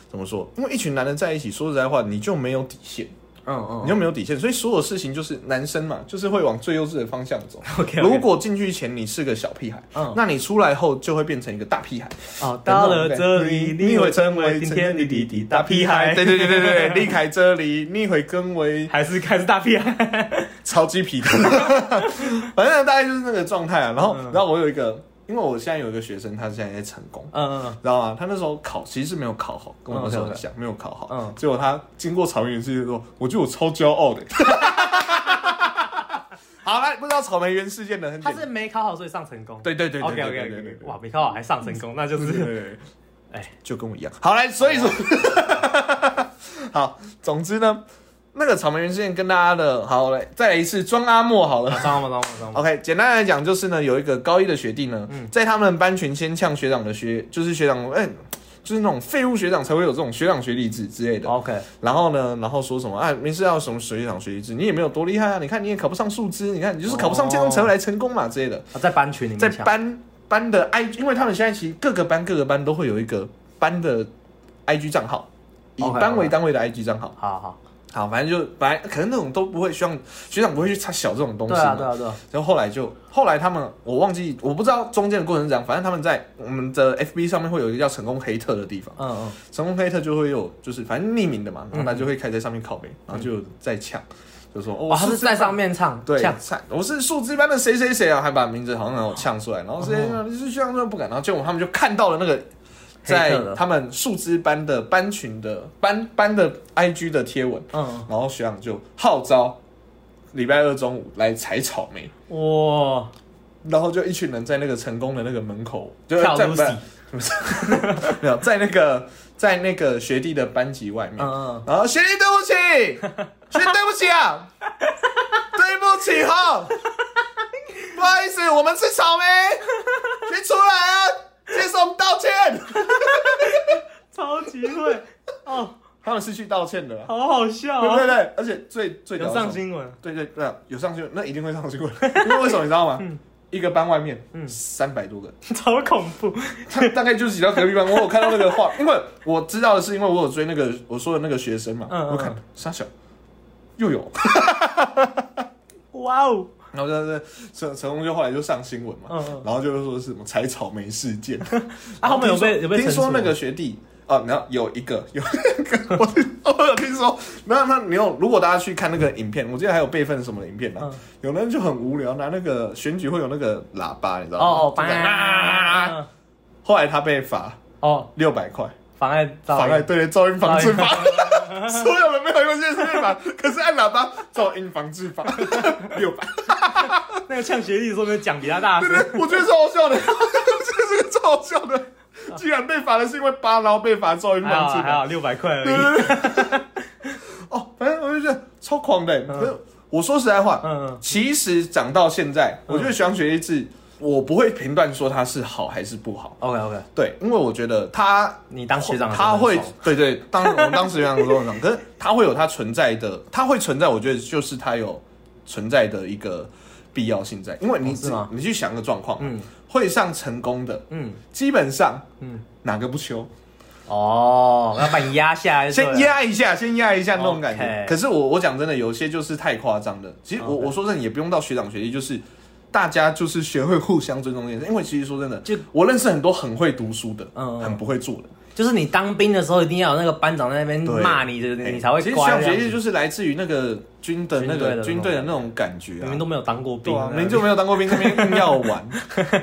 [SPEAKER 1] 怎么说？因为一群男人在一起，说实在话，你就没有底线，
[SPEAKER 2] 嗯嗯， [laughs]
[SPEAKER 1] 你就没有底线，所以所有事情就是男生嘛，就是会往最优质的方向走。
[SPEAKER 2] OK，
[SPEAKER 1] 如果进去前你是个小屁孩，
[SPEAKER 2] 嗯
[SPEAKER 1] 那你出来后就会变成一个大屁孩。
[SPEAKER 2] 哦，到了这里，
[SPEAKER 1] 你
[SPEAKER 2] 你
[SPEAKER 1] 会
[SPEAKER 2] 会
[SPEAKER 1] 成
[SPEAKER 2] 成
[SPEAKER 1] 为
[SPEAKER 2] 为今天的弟弟大屁孩，
[SPEAKER 1] 对对对对对，离开这里，你会更为
[SPEAKER 2] [laughs] 还是还是大屁孩，
[SPEAKER 1] 超级
[SPEAKER 2] [laughs]
[SPEAKER 1] 皮的，反正大概就是那个状态啊。然
[SPEAKER 2] 嗯
[SPEAKER 1] 后，然后我有一个，因为我现在有一个学生，他现在在成功，
[SPEAKER 2] 嗯
[SPEAKER 1] 知道吗？他那时候考其实是没有考好，跟我那时候很像，没有考好。
[SPEAKER 2] 嗯
[SPEAKER 1] 结果他经过草莓园区的时候，我觉得我超骄
[SPEAKER 2] [laughs]
[SPEAKER 1] 傲的。好来，不知道草莓园事件的很
[SPEAKER 2] 他
[SPEAKER 1] 简
[SPEAKER 2] 是
[SPEAKER 1] 单。
[SPEAKER 2] 没考好所以上成功，
[SPEAKER 1] 对对对对
[SPEAKER 2] OK
[SPEAKER 1] 对
[SPEAKER 2] OK
[SPEAKER 1] 对对对
[SPEAKER 2] OK，
[SPEAKER 1] 对
[SPEAKER 2] 哇，没考好还上成功，那就
[SPEAKER 1] 对对
[SPEAKER 2] 是
[SPEAKER 1] 对对
[SPEAKER 2] 哎
[SPEAKER 1] 就跟我一样。好来，所以说， [laughs] 好，总之呢，那个草莓园事件跟大家的，好来再来一次装阿莫好了。
[SPEAKER 2] 啊，张嘛张嘛张嘛，
[SPEAKER 1] OK，简单来讲就是呢，有一个高一的学弟呢，在他们班群先呛学长的学，就是学长，哎、就是那种废物学长才会有这种学长学弟制之类的。
[SPEAKER 2] OK，啊
[SPEAKER 1] 然后呢，然后说什么啊，没事要什么学长学弟制，你也没有多厉害啊，你看你也考不上数资，你看你就是考不上建中才会来成功嘛之类的。
[SPEAKER 2] 啊在班群里面
[SPEAKER 1] 在
[SPEAKER 2] 抢
[SPEAKER 1] 班班的 I，因为他们现在其实各个班各个班都会有一个班的 IG 账号，以
[SPEAKER 2] OK，OK
[SPEAKER 1] 班为单位的 IG 账号。
[SPEAKER 2] 好好，
[SPEAKER 1] 好，反正就本来可能那种都不会，学长学长不会去插小这种东西
[SPEAKER 2] 对
[SPEAKER 1] 嘛。
[SPEAKER 2] 啊对啊对啊，
[SPEAKER 1] 然后后来就后来他们我忘记我不知道中间的过程是怎样，反正他们在我们的 FB 上面会有一个叫成功黑特的地方，
[SPEAKER 2] 嗯嗯，
[SPEAKER 1] 成功黑特就会有就是反正匿名的嘛，然后他就会开始在上面拷贝，然后就在呛，就说哦
[SPEAKER 2] 哇，他是在上
[SPEAKER 1] 面。
[SPEAKER 2] 面唱，
[SPEAKER 1] 对
[SPEAKER 2] 呛，，
[SPEAKER 1] 呛我是数字班的谁谁谁啊，还把名字好像让我呛出来，然后谁
[SPEAKER 2] 哦
[SPEAKER 1] 就是这样不敢，然后结果他们就看到了那个
[SPEAKER 2] 黑
[SPEAKER 1] 在
[SPEAKER 2] 特的
[SPEAKER 1] 他们数字班的班群的班班的 IG 的贴文，
[SPEAKER 2] 嗯，
[SPEAKER 1] 然后学长就号召礼拜二中午来采草莓，
[SPEAKER 2] 哇，
[SPEAKER 1] 然后就一群人在那个成功的那个门口，就
[SPEAKER 2] 跳
[SPEAKER 1] 在
[SPEAKER 2] Lucy，
[SPEAKER 1] [laughs] 没有在那个在那个学弟的班级外面，
[SPEAKER 2] 嗯嗯，
[SPEAKER 1] 然后学弟对不起，学
[SPEAKER 2] [laughs]
[SPEAKER 1] 弟对不起啊，对不起哈，不好意思，我们吃草莓，先出来啊，接受我们道歉。
[SPEAKER 2] 超级会，哦，
[SPEAKER 1] 他们是去道歉的啦，
[SPEAKER 2] 好好笑
[SPEAKER 1] 对对
[SPEAKER 2] 啊，
[SPEAKER 1] 对，而且最最屌
[SPEAKER 2] 有
[SPEAKER 1] 的是
[SPEAKER 2] 上新闻， [laughs]
[SPEAKER 1] 对对对啊，有上新闻，那一定会上新闻，因为为什么你知道吗？
[SPEAKER 2] 嗯
[SPEAKER 1] 一个班外面，三百多个，
[SPEAKER 2] 超恐怖，
[SPEAKER 1] 他大概就是几到隔壁班。我有看到那个画，因为我知道的是，因为我有追那个我说的那个学生嘛，
[SPEAKER 2] 嗯嗯
[SPEAKER 1] 我看傻小又有，
[SPEAKER 2] 哇哦，
[SPEAKER 1] 然后就是成成功就后来就上新闻嘛，
[SPEAKER 2] 嗯嗯
[SPEAKER 1] 然后就是说是什么采草莓事件，
[SPEAKER 2] 啊，后面有
[SPEAKER 1] 然
[SPEAKER 2] 被
[SPEAKER 1] 后
[SPEAKER 2] 有被
[SPEAKER 1] 听说
[SPEAKER 2] 惩处
[SPEAKER 1] 那个学弟。哦，然后有一个有一个，我听我有听说，那那你有如果大家去看那个影片，我记得还有备份什么的影片呢、啊
[SPEAKER 2] 嗯
[SPEAKER 1] 有人就很无聊，拿那个选举会有那个喇叭，你知道吗？
[SPEAKER 2] 哦哦，
[SPEAKER 1] 就
[SPEAKER 2] 嗯妨
[SPEAKER 1] 在啊！
[SPEAKER 2] 碍，
[SPEAKER 1] 后来他被罚
[SPEAKER 2] 哦，
[SPEAKER 1] 六百块，
[SPEAKER 2] 妨碍噪
[SPEAKER 1] 妨碍
[SPEAKER 2] 音，
[SPEAKER 1] 对噪音防治法
[SPEAKER 2] 噪，
[SPEAKER 1] [laughs] 所有人没有用这件事法， [laughs] 可是按喇叭噪音防治法 [laughs] 六百， [laughs]
[SPEAKER 2] 那个呛学弟说没有讲比他大
[SPEAKER 1] 对
[SPEAKER 2] 声，
[SPEAKER 1] 对，我觉得超好笑的， [laughs] 这是个超好笑的，居然被罚的是因为八，然后被罚噪音
[SPEAKER 2] 啊还
[SPEAKER 1] 防
[SPEAKER 2] 好
[SPEAKER 1] 治
[SPEAKER 2] 还
[SPEAKER 1] 法，
[SPEAKER 2] 好六百块而
[SPEAKER 1] 对
[SPEAKER 2] 已，
[SPEAKER 1] 对对。哦，超狂的、可是我说实在话，
[SPEAKER 2] 嗯嗯
[SPEAKER 1] 其实长到现在，我觉得徐阳学一制，我不会评断说它是好还是不好。
[SPEAKER 2] OK OK，
[SPEAKER 1] 对，因为我觉得它
[SPEAKER 2] 你当学长的时候
[SPEAKER 1] 他
[SPEAKER 2] 很
[SPEAKER 1] 会
[SPEAKER 2] 爽
[SPEAKER 1] 对对，当我们当时样说很可是他会有他存在的，他会存在，我觉得就是他有存在的一个必要性在，因为你
[SPEAKER 2] 哦是吗
[SPEAKER 1] 你去想个状况，啊
[SPEAKER 2] 嗯
[SPEAKER 1] 会上成功的，
[SPEAKER 2] 嗯
[SPEAKER 1] 基本上
[SPEAKER 2] 嗯，
[SPEAKER 1] 哪个不修，
[SPEAKER 2] 哦，要把你压下来就对了，
[SPEAKER 1] [laughs]
[SPEAKER 2] 啊
[SPEAKER 1] 先压一下，先压一下那种感觉
[SPEAKER 2] OK。
[SPEAKER 1] 可是我我讲真的，有些就是太夸张了。其实我
[SPEAKER 2] OK
[SPEAKER 1] 我说真的，也不用到学长学弟，就是大家就是学会互相尊重这件事。因为其实说真的，
[SPEAKER 2] 就
[SPEAKER 1] 我认识很多很会读书的，
[SPEAKER 2] 嗯嗯
[SPEAKER 1] 很不会做的。
[SPEAKER 2] 就是你当兵的时候一定要有那个班长在那边
[SPEAKER 1] 对
[SPEAKER 2] 骂你的，你才
[SPEAKER 1] 欸
[SPEAKER 2] 会
[SPEAKER 1] 其实
[SPEAKER 2] 乖
[SPEAKER 1] 小
[SPEAKER 2] 这样
[SPEAKER 1] 学
[SPEAKER 2] 子。
[SPEAKER 1] 弟就是来自于那个军的那个
[SPEAKER 2] 军
[SPEAKER 1] 军队
[SPEAKER 2] 队的
[SPEAKER 1] 的那种感觉
[SPEAKER 2] 你
[SPEAKER 1] 啊
[SPEAKER 2] 们，都没有当过兵
[SPEAKER 1] 对啊，，
[SPEAKER 2] 那
[SPEAKER 1] 明就没有当过兵，这边硬要
[SPEAKER 2] [laughs]
[SPEAKER 1] 玩。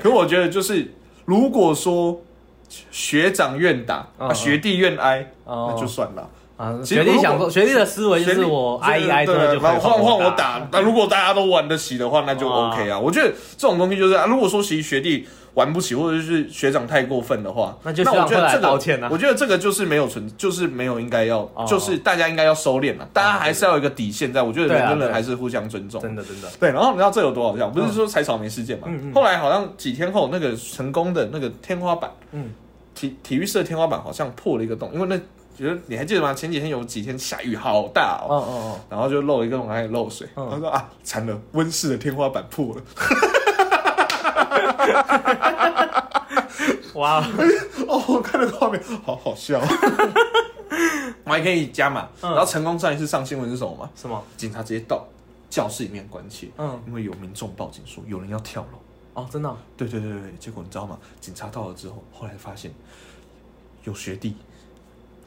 [SPEAKER 1] 可我觉得就是，如果说学长愿打，
[SPEAKER 2] 嗯
[SPEAKER 1] 啊学弟愿挨，
[SPEAKER 2] 哦
[SPEAKER 1] 那就算了。
[SPEAKER 2] 啊，
[SPEAKER 1] 其实
[SPEAKER 2] 学弟
[SPEAKER 1] 如果
[SPEAKER 2] 想说，学弟的思维就
[SPEAKER 1] 学
[SPEAKER 2] 是
[SPEAKER 1] 弟
[SPEAKER 2] 我挨一挨之
[SPEAKER 1] 对
[SPEAKER 2] 后
[SPEAKER 1] 对
[SPEAKER 2] 就
[SPEAKER 1] 对换换我
[SPEAKER 2] 打，
[SPEAKER 1] 打。那如果大家都玩得起的话，那就
[SPEAKER 2] 哇
[SPEAKER 1] OK 啊。我觉得这种东西就是，啊如果说其实学弟玩不起，或者是学长太过分的话，
[SPEAKER 2] 那就
[SPEAKER 1] 我
[SPEAKER 2] 学长
[SPEAKER 1] 觉得
[SPEAKER 2] 会来
[SPEAKER 1] 这个
[SPEAKER 2] 道歉啊
[SPEAKER 1] 我觉得这个就是没有存，就是没有应该要
[SPEAKER 2] 哦，
[SPEAKER 1] 就是大家应该要收敛了，啊大家还是要有一个底线在。我觉得
[SPEAKER 2] 对啊
[SPEAKER 1] 人跟
[SPEAKER 2] 对
[SPEAKER 1] 人还是互相尊重。
[SPEAKER 2] 真的真的，
[SPEAKER 1] 对，然后你知道这有多好笑？不是说采草莓事件嘛？
[SPEAKER 2] 嗯嗯嗯
[SPEAKER 1] 后来好像几天后，那个成功的那个天花板，
[SPEAKER 2] 嗯
[SPEAKER 1] 体体育社天花板好像破了一个洞，因为那觉得你还记得吗？前几天有几天下雨好大哦
[SPEAKER 2] 哦，哦
[SPEAKER 1] 然后就漏一个洞，还漏水。
[SPEAKER 2] 嗯
[SPEAKER 1] 他说啊，惨了，温室的天花板破了。
[SPEAKER 2] 哦，哇，
[SPEAKER 1] 哦，我看那个画面，好好笑。哦 [laughs] 我还可以加码。
[SPEAKER 2] 嗯
[SPEAKER 1] 然后成功上一次上新闻是什么吗？
[SPEAKER 2] 什么？
[SPEAKER 1] 警察直接到教室里面关切，
[SPEAKER 2] 嗯，
[SPEAKER 1] 因为有民众报警说有人要跳楼。
[SPEAKER 2] 哦，真的哦，
[SPEAKER 1] 对对对对，结果你知道吗？警察到了之后，后来发现有学弟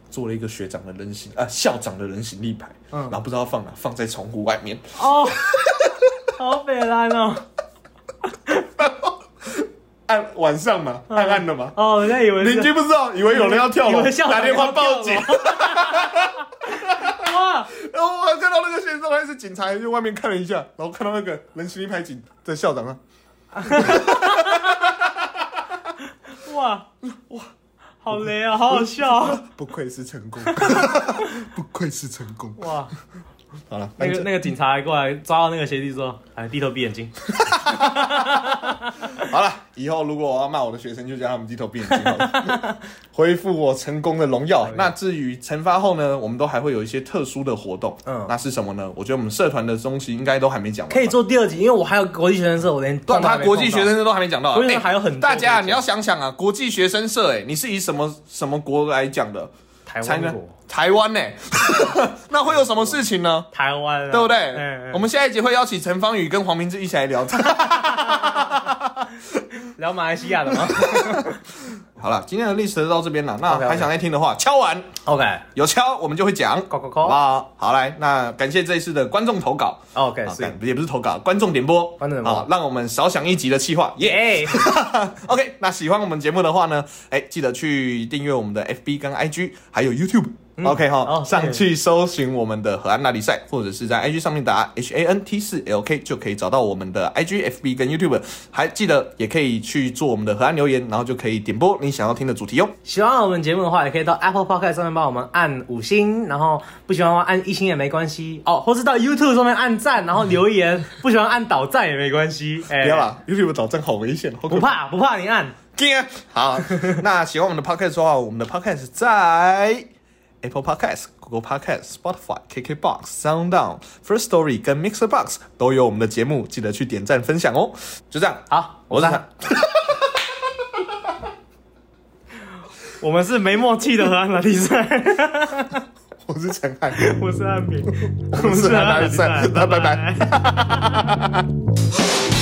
[SPEAKER 1] 做了一个学长的人形啊、校长的人形立牌，
[SPEAKER 2] 嗯
[SPEAKER 1] 然后不知道放哪，放在窗户外面。
[SPEAKER 2] 哦，好北蓝哦，
[SPEAKER 1] 暗晚上嘛，暗暗的嘛，
[SPEAKER 2] 哦，人家以为是
[SPEAKER 1] 邻居不知道，以为有人要跳
[SPEAKER 2] 以
[SPEAKER 1] 楼
[SPEAKER 2] 为，校长
[SPEAKER 1] 打电话报警
[SPEAKER 2] 要。哇，
[SPEAKER 1] 然后我还看到那个学生还是警察，就外面看了一下，然后看到那个人形立牌警的校长啊，
[SPEAKER 2] 哇哇，好雷啊，好好笑啊！
[SPEAKER 1] 不愧是成功， [laughs] 不愧是成功。
[SPEAKER 2] [laughs] 哇，
[SPEAKER 1] 好了，
[SPEAKER 2] 那
[SPEAKER 1] 反
[SPEAKER 2] 个
[SPEAKER 1] 正
[SPEAKER 2] 那个警察还过来抓到那个学弟说，哎，低头闭眼睛。
[SPEAKER 1] 好了，以后如果我要骂我的学生，就叫他们低头闭眼睛好了，
[SPEAKER 2] [laughs]
[SPEAKER 1] 恢复我成功的荣耀。那至于惩罚后呢，我们都还会有一些特殊的活动，
[SPEAKER 2] 嗯
[SPEAKER 1] 嗯，那是什么呢？我觉得我们社团的东西应该都还没讲完吧，
[SPEAKER 2] [laughs] 可以做第二集，因为我还有国际学生社，我连
[SPEAKER 1] 对啊，
[SPEAKER 2] 碰都还
[SPEAKER 1] 他
[SPEAKER 2] 没
[SPEAKER 1] 国际学
[SPEAKER 2] 碰到
[SPEAKER 1] 生社都还没讲到啊，
[SPEAKER 2] 国际学
[SPEAKER 1] 哎
[SPEAKER 2] 生还有很多
[SPEAKER 1] 大家啊
[SPEAKER 2] 可以讲
[SPEAKER 1] 你要想想啊，国际学生社，哎，你是以什么什么国来讲的？
[SPEAKER 2] 台
[SPEAKER 1] 才
[SPEAKER 2] 湾啊
[SPEAKER 1] 能
[SPEAKER 2] 国，
[SPEAKER 1] 台湾呢、 [laughs] 那会有什么事情呢？
[SPEAKER 2] 台湾啊，
[SPEAKER 1] 对不对？
[SPEAKER 2] 嗯嗯
[SPEAKER 1] 我们下一集会邀请陈芳宇跟黄明志一起来
[SPEAKER 2] [laughs]
[SPEAKER 1] 聊。
[SPEAKER 2] 聊马来西亚的吗
[SPEAKER 1] 好了，今天的历史就到这边了。那
[SPEAKER 2] OK，OK
[SPEAKER 1] 还想再听的话，敲完
[SPEAKER 2] ？OK，
[SPEAKER 1] 有敲我们就会讲，
[SPEAKER 2] 扣扣
[SPEAKER 1] 好不
[SPEAKER 2] 扣
[SPEAKER 1] 好？好来，那感谢这一次的观众投稿，
[SPEAKER 2] ，OK，
[SPEAKER 1] 啊
[SPEAKER 2] 所以
[SPEAKER 1] 感也不是投稿，观众点播，
[SPEAKER 2] 哎观众点播
[SPEAKER 1] 好让我们少想一集的气话，耶、
[SPEAKER 2] 耶， [laughs]
[SPEAKER 1] OK，那喜欢我们节目的话呢，哎，记得去订阅我们的 FB 跟 IG，还有 YouTube。OK 哈、
[SPEAKER 2] 哦
[SPEAKER 1] 上去搜寻我们的河岸拉力赛，或者是在 IG 上面打 H A N T 四 L K 就可以找到我们的 IG、FB 跟 YouTube。还记得也可以去做我们的河岸留言，然后就可以点播你想要听的主题哦。
[SPEAKER 2] 喜欢我们节目的话，也可以到 Apple Podcast 上面帮我们按五星，然后不喜欢的话按一星也没关系哦，或是到 YouTube 上面按赞，然后留言，
[SPEAKER 1] [laughs]
[SPEAKER 2] 不喜欢按倒赞也没关系，哎
[SPEAKER 1] 不要，啦，YouTube 导站好危险，好
[SPEAKER 2] 不
[SPEAKER 1] 可怕。
[SPEAKER 2] 怕不怕你按，
[SPEAKER 1] 惊啊好，那喜欢我们的 Podcast 的话，我们的 Podcast 在 Apple Podcast、Google Podcast、Spotify、KKBox、SoundOn、First Story 跟 Mixer Box 都有我们的节目，记得去点赞分享哦。就这样，
[SPEAKER 2] 好，
[SPEAKER 1] 我是他，
[SPEAKER 2] 我们是没默契的荷兰拉力赛，
[SPEAKER 1] 我是陈 [laughs] 汉，
[SPEAKER 2] [laughs] 我是安平，
[SPEAKER 1] 我们是
[SPEAKER 2] 荷
[SPEAKER 1] 河
[SPEAKER 2] 兰
[SPEAKER 1] 南
[SPEAKER 2] 拉
[SPEAKER 1] 人
[SPEAKER 2] 力赛，
[SPEAKER 1] 那拜拜。